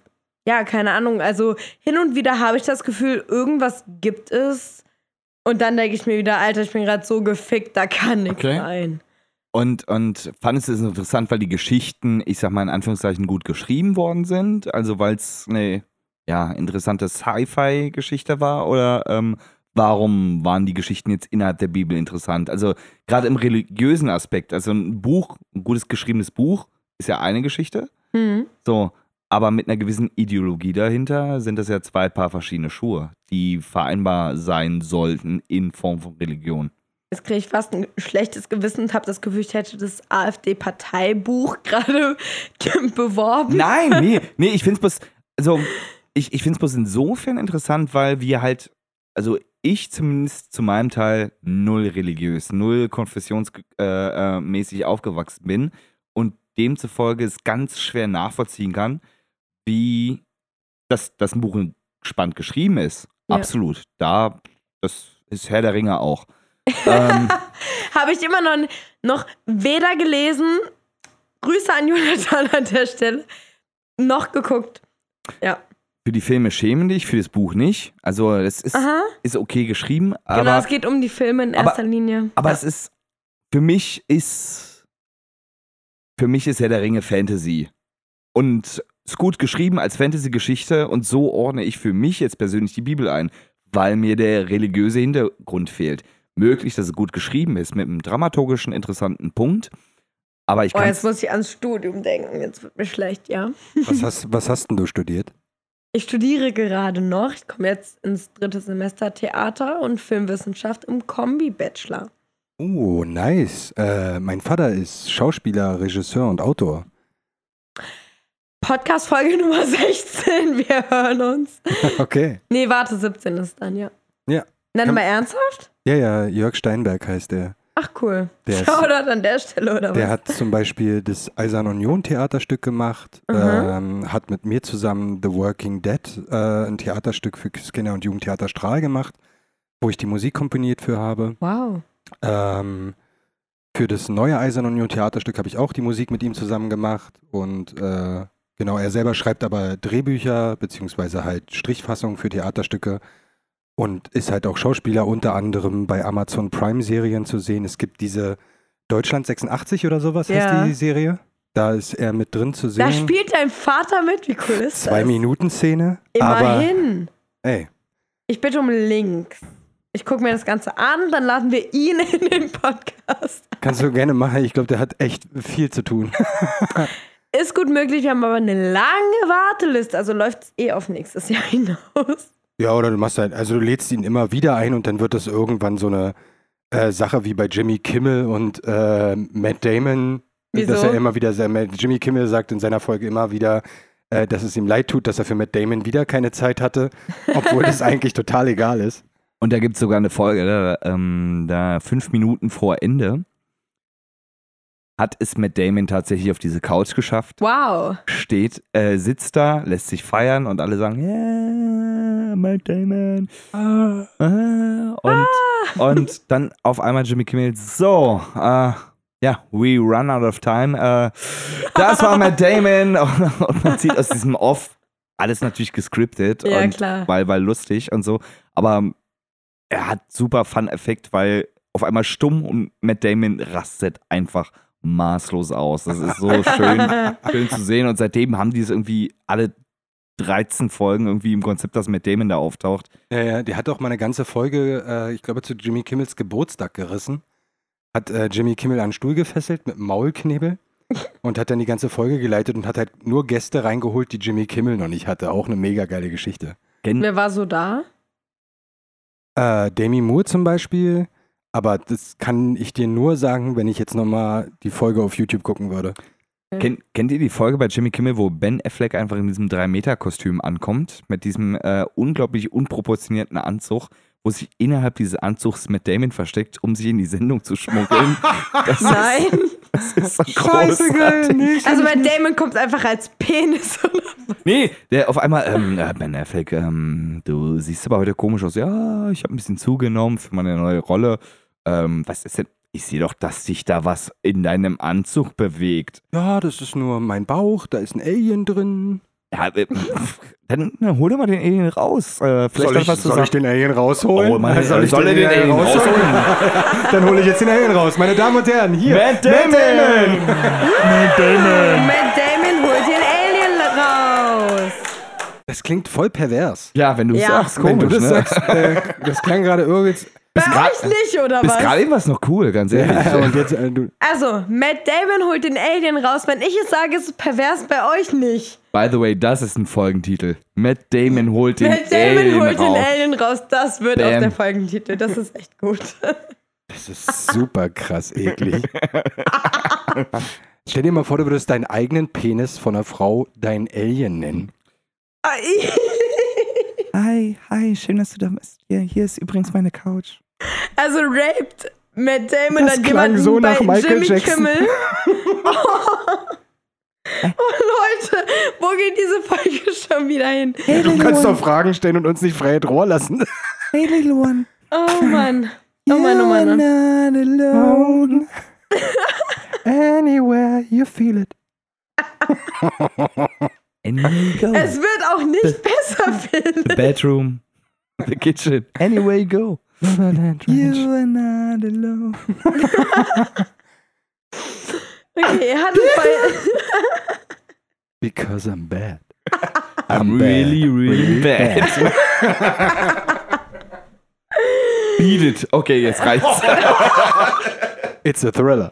ja, keine Ahnung. Also hin und wieder habe ich das Gefühl, irgendwas gibt es. Und dann denke ich mir wieder, Alter, ich bin gerade so gefickt, da kann nichts Okay. sein. Und, und fandest du es interessant, weil die Geschichten, ich sag mal in Anführungszeichen, gut geschrieben worden sind? Also weil es eine ja, interessante Sci-Fi-Geschichte war? Oder ähm, warum waren die Geschichten jetzt innerhalb der Bibel interessant? Also gerade im religiösen Aspekt, also ein Buch, ein gutes geschriebenes Buch ist ja eine Geschichte. Hm. So, aber mit einer gewissen Ideologie dahinter sind das ja zwei Paar verschiedene Schuhe, die vereinbar sein sollten in Form von Religion. Jetzt kriege ich fast ein schlechtes Gewissen und habe das Gefühl, ich hätte das AfD-Parteibuch <laughs> gerade beworben. Nein, nee, nee, ich find's bloß, also ich, ich find's bloß insofern interessant, weil wir halt, also ich zumindest zu meinem Teil null religiös, null konfessionsmäßig äh, äh, mäßig aufgewachsen bin und demzufolge es ganz schwer nachvollziehen kann, wie das, das Buch spannend geschrieben ist. Ja. Absolut. Da, das ist Herr der <laughs> Ringe auch. ähm, Habe ich immer noch, noch weder gelesen, Grüße an Jonathan an der Stelle, noch geguckt. Ja. für die Filme schämen dich, für das Buch nicht. Also es ist, Aha. ist okay geschrieben, aber genau, es geht um die Filme in aber- erster Linie. Aber ja. es ist, für mich ist, für mich ist Herr der Ringe Fantasy. Und ist gut geschrieben als Fantasy-Geschichte und so ordne ich für mich jetzt persönlich die Bibel ein, weil mir der religiöse Hintergrund fehlt. Möglich, dass es gut geschrieben ist, mit einem dramaturgischen, interessanten Punkt. Aber ich oh, kann jetzt muss ich ans Studium denken. Jetzt wird mir schlecht, ja. Was hast, was hast denn du studiert? Ich studiere gerade noch. Ich komme jetzt ins dritte Semester Theater und Filmwissenschaft im Kombi-Bachelor. Oh, nice. Äh, mein Vater ist Schauspieler, Regisseur und Autor. Podcast-Folge <laughs> Nummer 16. Wir hören uns. Okay. Nee, warte, 17 ist dann, ja. Ja. Nein, Kann- mal ernsthaft? Ja, ja, Jörg Steinberg heißt der. Ach, cool. <laughs> Der ist- Shoutout an der Stelle, oder Der was? hat zum Beispiel das Eisern Union Theaterstück gemacht, Mhm. ähm, hat mit mir zusammen The Working Dead, äh, ein Theaterstück für das Kinder- und Jugendtheater Strahl gemacht, wo ich die Musik komponiert für habe. Wow. Ähm, für das neue Eisern Union Theaterstück habe ich auch die Musik mit ihm zusammen gemacht. Und äh, genau, er selber schreibt aber Drehbücher, beziehungsweise halt Strichfassungen für Theaterstücke. Und ist halt auch Schauspieler, unter anderem bei Amazon Prime-Serien zu sehen. Es gibt diese Deutschland 86 oder sowas, Ja. heißt die Serie. Da ist er mit drin zu sehen. Da spielt dein Vater mit. Wie cool ist Zwei das? Minuten Szene. Aber, Immerhin. ey, ich bitte um Links. Ich gucke mir das Ganze an, dann laden wir ihn <laughs> in den Podcast. kannst du gerne machen. Ich glaube, der hat echt viel zu tun. Ist gut möglich, wir haben aber eine lange Warteliste, also läuft es eh auf nächstes Jahr <laughs> hinaus. Ja, oder du machst halt, also du lädst ihn immer wieder ein und dann wird das irgendwann so eine äh, Sache wie bei Jimmy Kimmel und äh, Matt Damon, dass Wieso? er immer wieder, sehr- Matt- Jimmy Kimmel sagt in seiner Folge immer wieder, äh, dass es ihm leid tut, dass er für Matt Damon wieder keine Zeit hatte, obwohl das eigentlich total egal ist. Und da gibt es sogar eine Folge, da, ähm, da fünf Minuten vor Ende hat es Matt Damon tatsächlich auf diese Couch geschafft. Wow. steht, äh, sitzt da, lässt sich feiern und alle sagen, yeah, Matt Damon. Ah, und, Ah. und dann auf einmal Jimmy Kimmel, so, äh, ja, we run out of time. Äh, das war Matt Damon. <laughs> Und, und man sieht aus diesem Off, alles natürlich gescriptet. Ja, und <laughs> klar. Weil, weil lustig und so. Aber ähm, er hat super Fun-Effekt, weil auf einmal stumm und Matt Damon rastet einfach maßlos aus. Das ist <laughs> so schön schön zu sehen. Und seitdem haben die es irgendwie alle 13 Folgen irgendwie im Konzept, dass Matt Damon da auftaucht. Ja, ja, der hat auch mal eine ganze Folge, äh, ich glaube, zu Jimmy Kimmels Geburtstag gerissen. Hat äh, Jimmy Kimmel an den Stuhl gefesselt mit einem <laughs> Maulknebel und hat dann die ganze Folge geleitet und hat halt nur Gäste reingeholt, die Jimmy Kimmel noch nicht hatte. Auch eine mega geile Geschichte. Gen Wer war so da? Äh, Demi Moore zum Beispiel. Aber das kann ich dir nur sagen, wenn ich jetzt nochmal die Folge auf YouTube gucken würde. Kennt, kennt ihr die Folge bei Jimmy Kimmel, wo Ben Affleck einfach in diesem 3-Meter-Kostüm ankommt, mit diesem äh, unglaublich unproportionierten Anzug, wo sich innerhalb dieses Anzugs Matt Damon versteckt, um sich in die Sendung zu schmuggeln? Das Nein. <laughs> Ist, das ist so großartig. Also bei Damon kommt einfach als Penis. Nee, der auf einmal, ähm, äh, Ben Affleck, ähm, du siehst aber heute komisch aus. Ja, ich habe ein bisschen zugenommen für meine neue Rolle. Ähm, was ist denn? Ich sehe doch, dass sich da was in deinem Anzug bewegt. Ja, das ist nur mein Bauch, da ist ein Alien drin. Ja, äh, <laughs> dann na, hol doch mal den Alien raus. Äh, vielleicht Soll hat ich, was zu soll ich sagen. den Alien rausholen? Äh, Oh, Mann, soll ich soll den, er den Alien Alien rausholen? <laughs> Dann hole ich jetzt den Alien raus. Meine Damen und Herren, hier. Matt Damon! Matt Damon! Matt Damon holt den Alien raus. Das klingt voll pervers. Ja, wenn du Ja. sagst, komisch, Wenn du das ne? sagst, äh, das klang gerade irgendwie. Bei grad- euch nicht, oder Bis was? gerade eben war es noch cool, ganz ehrlich. Ja, und jetzt, äh, du, Also, Matt Damon holt den Alien raus. Wenn ich es sage, ist es pervers bei euch nicht. By the way, das ist ein Folgentitel. Matt Damon holt den Matt Damon Alien holt raus. den Alien raus. Das wird Bam. auch der Folgentitel. Das ist echt gut. <laughs> das ist super krass eklig. Stell dir mal vor, du würdest deinen eigenen Penis von einer Frau dein Alien nennen. Ai. Hi, hi, schön, dass du da bist. Hier, hier ist übrigens meine Couch. also raped Matt Damon Das dann klang jemanden so nach bei Michael Jimmy Jackson. <laughs> Kimmel. Oh. oh Leute, wo geht diese Folge schon wieder hin? Hey, Du kannst Liluan. doch Fragen stellen und uns nicht freie Rohr lassen. Hey, Liluan. Oh Mann. Oh Mann, oh Mann. oh Mann. You're not alone. alone. Anywhere you feel it. Anyway you <laughs> go. Es wird auch nicht besser, Phil. The bedroom, the kitchen. Anyway you go. You- You are not alone. Okay, er hat es bei... Because I'm bad. I'm really, really bad. Beat it. Okay, jetzt <laughs> reicht's. It's a thriller.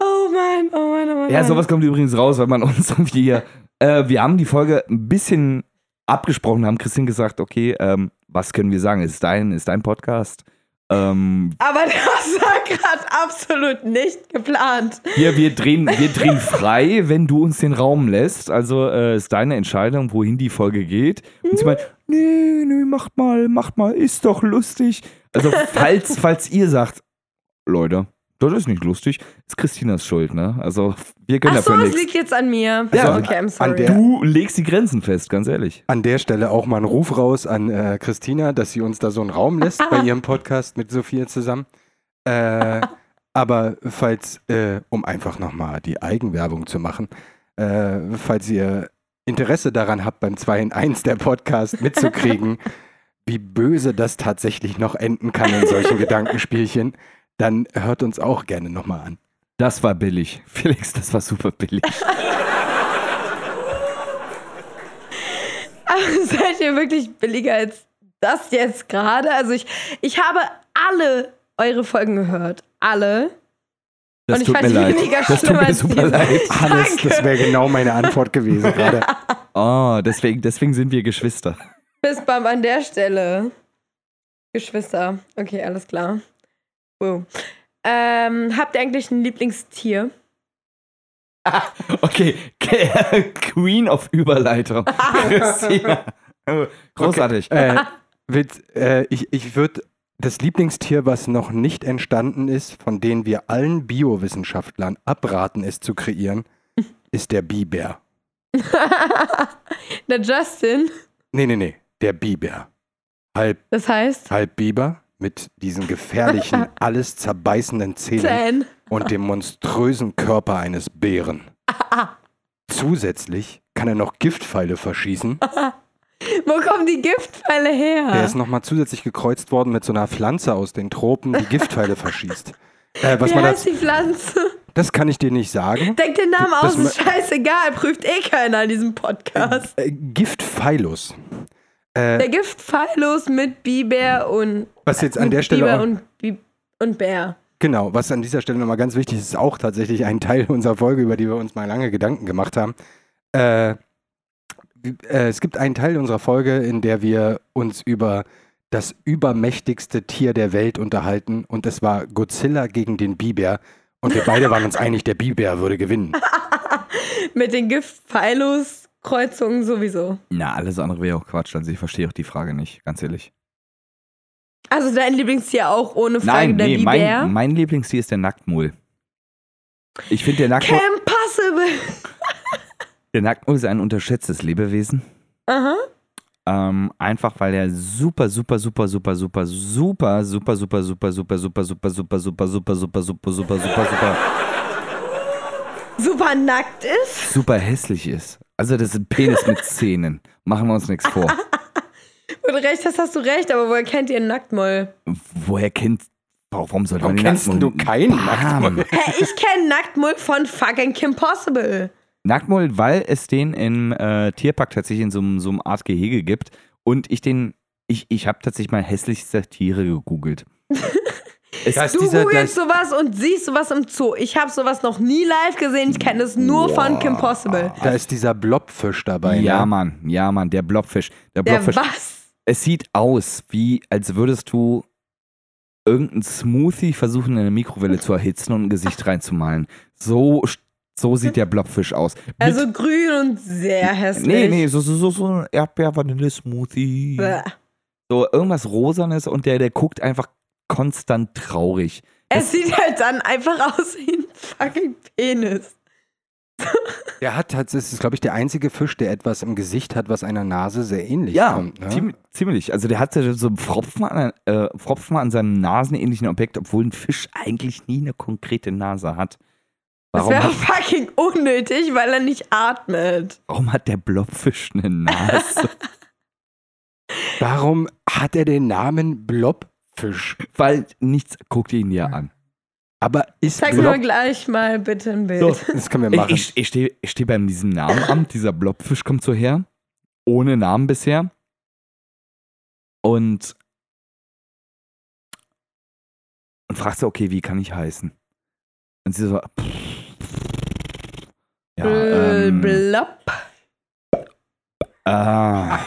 Oh Mann, oh Mann, oh Mann. Ja, Mann. sowas kommt übrigens raus, weil man <laughs> uns irgendwie hier. Äh, wir haben die Folge ein bisschen abgesprochen, haben Christine gesagt, okay, ähm, was können wir sagen? Ist dein, ist dein Podcast? Ähm, Aber das war gerade absolut nicht geplant. wir, wir, drehen, wir drehen frei, wenn du uns den Raum lässt. Also äh, ist deine Entscheidung, wohin die Folge geht. Und sie meint, nee, nee, macht mal, macht mal, ist doch lustig. Also falls, falls ihr sagt, Leute, das ist nicht lustig, ist Christinas Schuld, ne? Also wir können Ach so, dafür es nichts. liegt jetzt an mir. Ja, Ja, okay, I'm sorry. an der- Du legst die Grenzen fest, ganz ehrlich. An der Stelle auch mal einen Ruf raus an äh, Christina, dass sie uns da so einen Raum lässt bei ihrem Podcast mit Sophia zusammen. Äh, aber falls, äh, um einfach nochmal die Eigenwerbung zu machen, äh, falls ihr Interesse daran habt, beim 2 in 1 der Podcast mitzukriegen, wie böse das tatsächlich noch enden kann in solchen Gedankenspielchen, dann hört uns auch gerne nochmal an. Das war billig. <laughs> Felix, das war super billig. Also Seid ihr wirklich billiger als das jetzt gerade? Also ich, ich habe alle eure Folgen gehört. Alle. Das Und ich tut mir fand's leid. weniger Das tut schlimm mir als super diese. leid. Hannes, das wäre genau meine Antwort gewesen gerade. Oh, deswegen, deswegen sind wir Geschwister. <laughs> Bis beim an der Stelle. Geschwister. Okay, alles klar. Wow. Ähm, habt ihr eigentlich ein Lieblingstier? Okay, Ke- Queen of <laughs> Überleitung. Christina. Oh, Großartig. äh, Witz, äh, ich ich würde das Lieblingstier, was noch nicht entstanden ist, von denen wir allen Biowissenschaftlern abraten, es zu kreieren, ist der Biber. Der Justin. Nee, nee, nee, der Biber. Halb, Das heißt halb Biber mit diesen gefährlichen, alles zerbeißenden Zähnen Zähn. <laughs> und dem monströsen Körper eines Bären. Zusätzlich kann er noch Giftpfeile verschießen. Wo kommen die Giftpfeile her? Der ist nochmal zusätzlich gekreuzt worden mit so einer Pflanze aus den Tropen, die Giftpfeile verschießt. Äh, was Wie man heißt dazu, die Pflanze? <laughs> das kann ich dir nicht sagen. Denk den Namen Das aus, ist ma- scheißegal, prüft eh keiner in diesem Podcast. Äh, Giftpfeilus. Äh, Der Giftpfeillos mit Biber und Was jetzt an mit der Stelle Biber auch, und, Bi und Bär. genau, was an dieser Stelle nochmal ganz wichtig ist, ist auch tatsächlich ein Teil unserer Folge, über die wir uns mal lange Gedanken gemacht haben. Äh, äh, es gibt einen Teil unserer Folge, in der wir uns über das übermächtigste Tier der Welt unterhalten und es war Godzilla gegen den Biber und wir beide <laughs> waren uns einig, der Biber würde gewinnen. Mit den Giftpfeilos-Kreuzungen sowieso. Na, alles andere wäre auch Quatsch. Also ich verstehe auch die Frage nicht, ganz ehrlich. Also dein Lieblingstier auch ohne Frage Nein, der nee, Biber. mein, mein Lieblingstier ist der Nacktmull. Ich finde, der Nacktmull, Camp Possible. der Nacktmull ist ein unterschätztes Lebewesen. Aha. Ähm, einfach weil er super, super, super, super, super, super, super, super, super, super, super, super, super, super, super, super, super, super, super, super, Super nackt ist. super hässlich ist. Also das ist ein Penis mit Zähnen. Machen wir uns nichts vor. Und recht, das hast du recht, aber woher kennt ihr einen Nacktmoll? Woher kennt... Warum sollte Warum man den kennst du Nacktmull- keinen Nacktmull? Hä, ich kenne Nacktmull von fucking Kim Possible. Nacktmull, weil es den im äh, Tierpark tatsächlich in so einem so einem Art Gehege gibt. Und ich den, ich, ich habe tatsächlich mal hässlichste Tiere gegoogelt. es Das- Du Dieser- googelst das- sowas und siehst sowas im Zoo. Ich habe sowas noch nie live gesehen. Ich kenne es nur von Kim Possible. Da ist dieser Blobfisch dabei. ja, ne? Mann, ja, Mann, der Blobfisch. Der Der Blobfisch. was? es sieht aus, wie als würdest du irgendeinen Smoothie versuchen, in eine Mikrowelle zu erhitzen und ein Gesicht reinzumalen. So, so sieht der Blobfisch aus. Mit- Also grün und sehr hässlich. nee, nee, so, so, so, so ein Erdbeer-Vanille-Smoothie. Bäh. So irgendwas Rosanes und der, der guckt einfach konstant traurig. Es sieht halt dann einfach aus wie ein fucking Penis. Der hat tatsächlich, das ist, glaube ich, der einzige Fisch, der etwas im Gesicht hat, was einer Nase sehr ähnlich kommt. Ne? ziem- ziemlich. Also der hatte so einen Pfropfen an, äh, Pfropfen an seinem nasenähnlichen Objekt, obwohl ein Fisch eigentlich nie eine konkrete Nase hat. Das Warum, wäre hat, fucking unnötig, weil er nicht atmet. warum hat der Blobfisch <laughs> eine Nase? Warum hat er den Namen Blobfisch? Weil nichts guckt ihn ja an. Aber ist Zeig mir Blob... gleich mal bitte ein Bild. Das können wir Ich, machen. ich, ich stehe ich steh bei diesem Namenamt, dieser Blobfisch kommt so her. Ohne Namen bisher. Und, und fragst du, okay, wie kann ich heißen? Und sie so, Äh, ja, Bl- ähm, Blop. ah,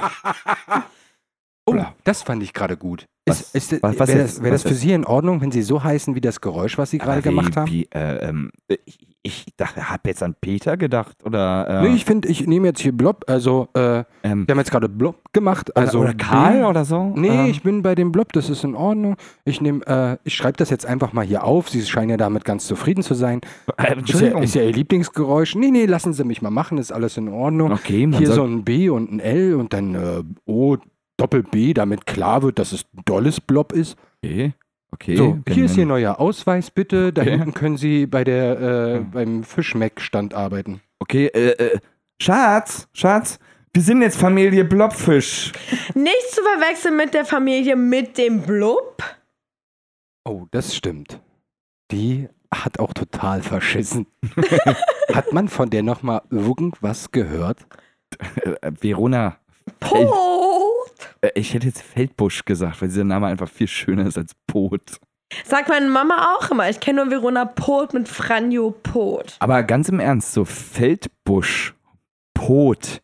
oh, Bla. das fand ich gerade gut. Was- Ist, ist, was- was Wäre jetzt? das, wär das Was für jetzt? Sie in Ordnung, wenn Sie so heißen wie das Geräusch, was Sie gerade aber wie- gemacht haben? Wie, äh, ähm, ich ich habe jetzt an Peter gedacht oder, äh, Nee, ich finde, ich nehme jetzt hier Blob, also äh, ähm, wir haben jetzt gerade Blob gemacht. Also oder Karl Bl- oder so? Nee, Ähm, ich bin bei dem Blob, das ist in Ordnung. Ich nehme, äh, ich schreibe das jetzt einfach mal hier auf. Sie scheinen ja damit ganz zufrieden zu sein. äh, Ist ja, Entschuldigung. ist ja ihr Lieblingsgeräusch. Nee, nee, lassen Sie mich mal machen, ist alles in Ordnung. okay, man Hier soll- so ein B und ein L und dann äh, O, Doppel B, damit klar wird, dass es ein dolles Blob ist. Okay, okay. so, wenn hier ist Ihr man- neuer Ausweis, bitte. Da Okay. hinten können Sie bei der, äh, beim Fischmeck-Stand arbeiten. Okay, äh, äh, Schatz, Schatz, wir sind jetzt Familie Blobfisch. Nicht zu verwechseln mit der Familie mit dem Blub. Oh, das stimmt. Die hat auch total <laughs> verschissen. hat man von der nochmal irgendwas gehört? Äh, Verona, Pot. äh, ich hätte jetzt Feldbusch gesagt, weil dieser Name einfach viel schöner ist als Pot. Sagt meine Mama auch immer. Ich kenne nur Verona Pot mit Franjo Pot. Aber ganz im Ernst, so Feldbusch, Pot.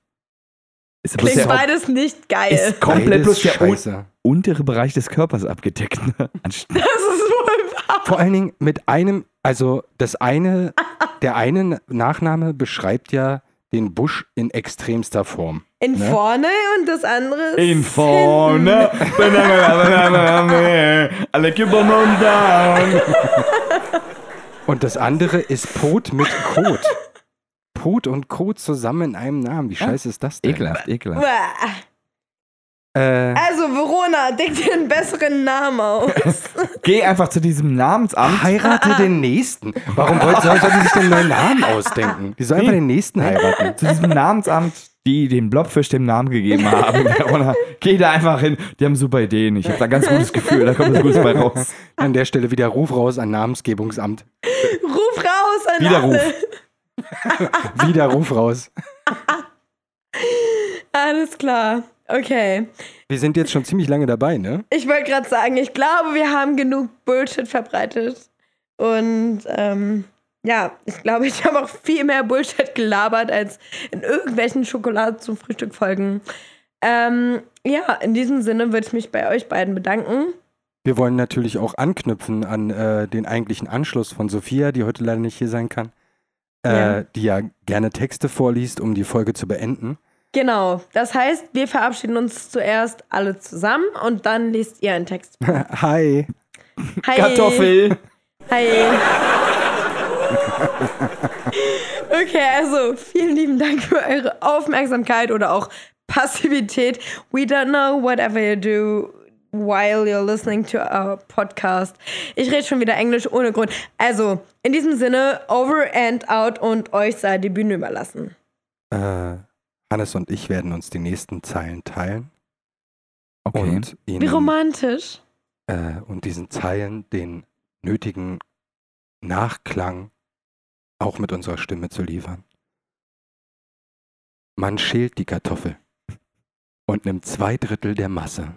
Ist, bloß Klingt der, beides nicht geil. ist komplett bloß Beides der un scheiße. untere Bereich des Körpers abgedeckt. Ne? <laughs> Anstatt- das ist wohl Ne? wahr. Vor allen Dingen mit einem, also das <laughs> eine, der eine Nachname beschreibt ja den Busch in extremster Form. In Ne? vorne und das andere ist In hinten. <laughs> vorne. Alle keep on down. Und das andere ist Pot mit Kot. Pot und Kot zusammen in einem Namen. Wie scheiße ist das denn? Ekelhaft, ekelhaft. Bäh. Äh, Also Verona, denk dir einen besseren Namen <laughs> aus. Geh einfach zu diesem Namensamt. heirate den Nächsten. Warum wollt, soll, soll die sich denn einen neuen Namen ausdenken? Die soll einfach den Nächsten heiraten. zu diesem Namensamt, die den Blobfisch dem Namen gegeben haben. Verona, geh da einfach hin. Die haben super Ideen. Ich habe da ein ganz gutes Gefühl. Da kommt was Gutes bei raus. An der Stelle wieder Ruf raus an Namensgebungsamt. Ruf raus an Widerruf. alle. Wieder Ruf raus. Alles klar. Okay. Wir sind jetzt schon ziemlich lange dabei, ne? Ich wollte gerade sagen, ich glaube, wir haben genug Bullshit verbreitet. Und ähm, Ja, ich glaube, ich habe auch viel mehr Bullshit gelabert als in irgendwelchen Schokolade zum Frühstück folgen. Ähm, ja, in diesem Sinne würde ich mich bei euch beiden bedanken. Wir wollen natürlich auch anknüpfen an äh, den eigentlichen Anschluss von Sophia, die heute leider nicht hier sein kann, äh, Ja. die ja gerne Texte vorliest, um die Folge zu beenden. Genau, das heißt, wir verabschieden uns zuerst alle zusammen und dann lest ihr einen Text. Hi. Hi. Hi. Okay, also vielen lieben Dank für eure Aufmerksamkeit oder auch Passivität. We don't know whatever you do while you're listening to our podcast. Ich rede schon wieder Englisch ohne Grund. Also, in diesem Sinne, over and out und euch sei die Bühne überlassen. Äh, Hannes und ich werden uns die nächsten Zeilen teilen Okay. und Wie ihnen romantisch. äh, und diesen Zeilen den nötigen Nachklang auch mit unserer Stimme zu liefern. Man schält die Kartoffel und nimmt zwei Drittel der Masse,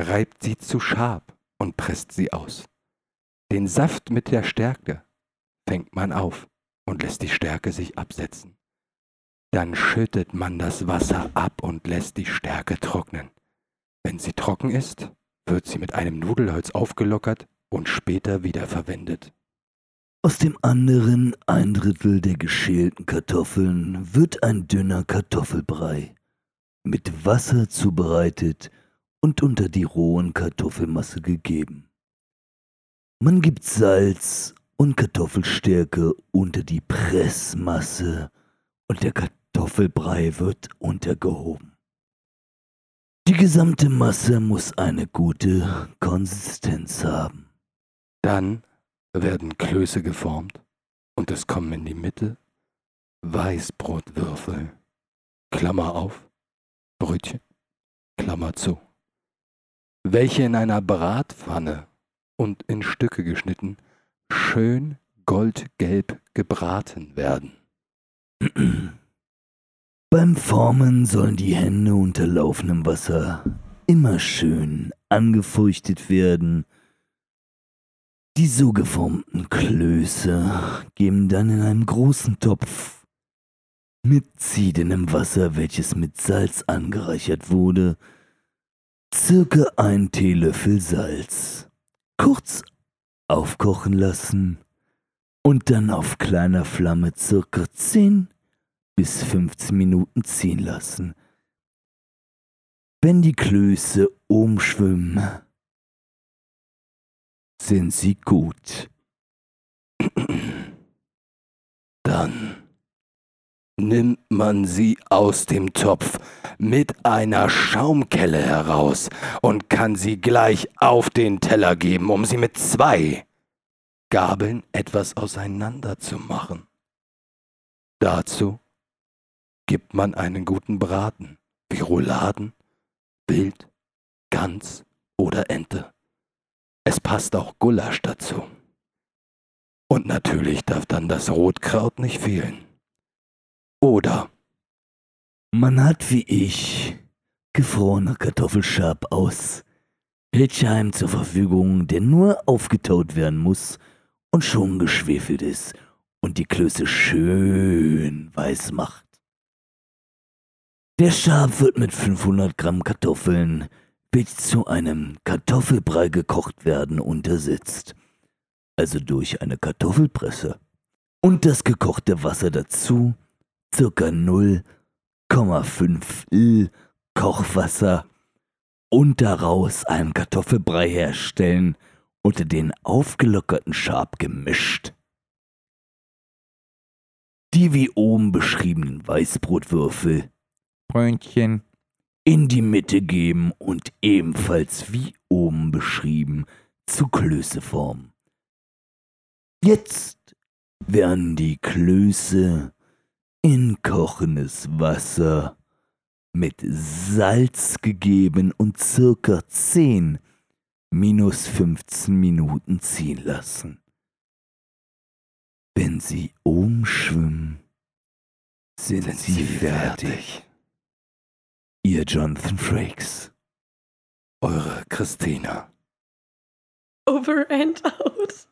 reibt sie zu scharf und presst sie aus. Den Saft mit der Stärke fängt man auf und lässt die Stärke sich absetzen. Dann schüttet man das Wasser ab und lässt die Stärke trocknen. Wenn sie trocken ist, wird sie mit einem Nudelholz aufgelockert und später wiederverwendet. Aus dem anderen ein Drittel der geschälten Kartoffeln wird ein dünner Kartoffelbrei, mit Wasser zubereitet und unter die rohen Kartoffelmasse gegeben. Man gibt Salz und Kartoffelstärke unter die Pressmasse und der Kartoffelbrei wird untergehoben. Die gesamte Masse muss eine gute Konsistenz haben. Dann werden Klöße geformt und es kommen in die Mitte Weißbrotwürfel. Klammer auf, Brötchen, Klammer zu. Welche in einer Bratpfanne und in Stücke geschnitten, schön goldgelb gebraten werden. <clears throat> Beim Formen sollen die Hände unter laufendem Wasser immer schön angefeuchtet werden. Die so geformten Klöße geben dann in einem großen Topf mit siedendem Wasser, welches mit Salz angereichert wurde, circa ein Teelöffel Salz, kurz aufkochen lassen und dann auf kleiner Flamme circa 10 bis 15 Minuten ziehen lassen. Wenn die Klöße umschwimmen, sind sie gut. <clears throat> Dann nimmt man sie aus dem Topf mit einer Schaumkelle heraus und kann sie gleich auf den Teller geben, um sie mit zwei Gabeln etwas auseinander zu machen. Dazu gibt man einen guten Braten, wie Rouladen, Wild, Gans oder Ente. Es passt auch Gulasch dazu. Und natürlich darf dann das Rotkraut nicht fehlen. Oder Man hat wie ich gefrorene Kartoffelschab aus Hilchheim zur Verfügung, der nur aufgetaut werden muss und schon geschwefelt ist und die Klöße schön weiß macht. Der Schab wird mit 500 Gramm Kartoffeln bis zu einem Kartoffelbrei gekocht werden untersetzt, also durch eine Kartoffelpresse. Und das gekochte Wasser dazu, circa 0 0,5 L Kochwasser und daraus einen Kartoffelbrei herstellen, unter den aufgelockerten Schab gemischt. Die wie oben beschriebenen Weißbrotwürfel Brötchen. in die Mitte geben und ebenfalls wie oben beschrieben zu Klöße formen. Jetzt werden die Klöße in kochendes Wasser mit Salz gegeben und circa 10 minus 15 Minuten ziehen lassen. Wenn sie umschwimmen, sind, sie, fertig. Ihr Jonathan Frakes. eure Christina. Over and out.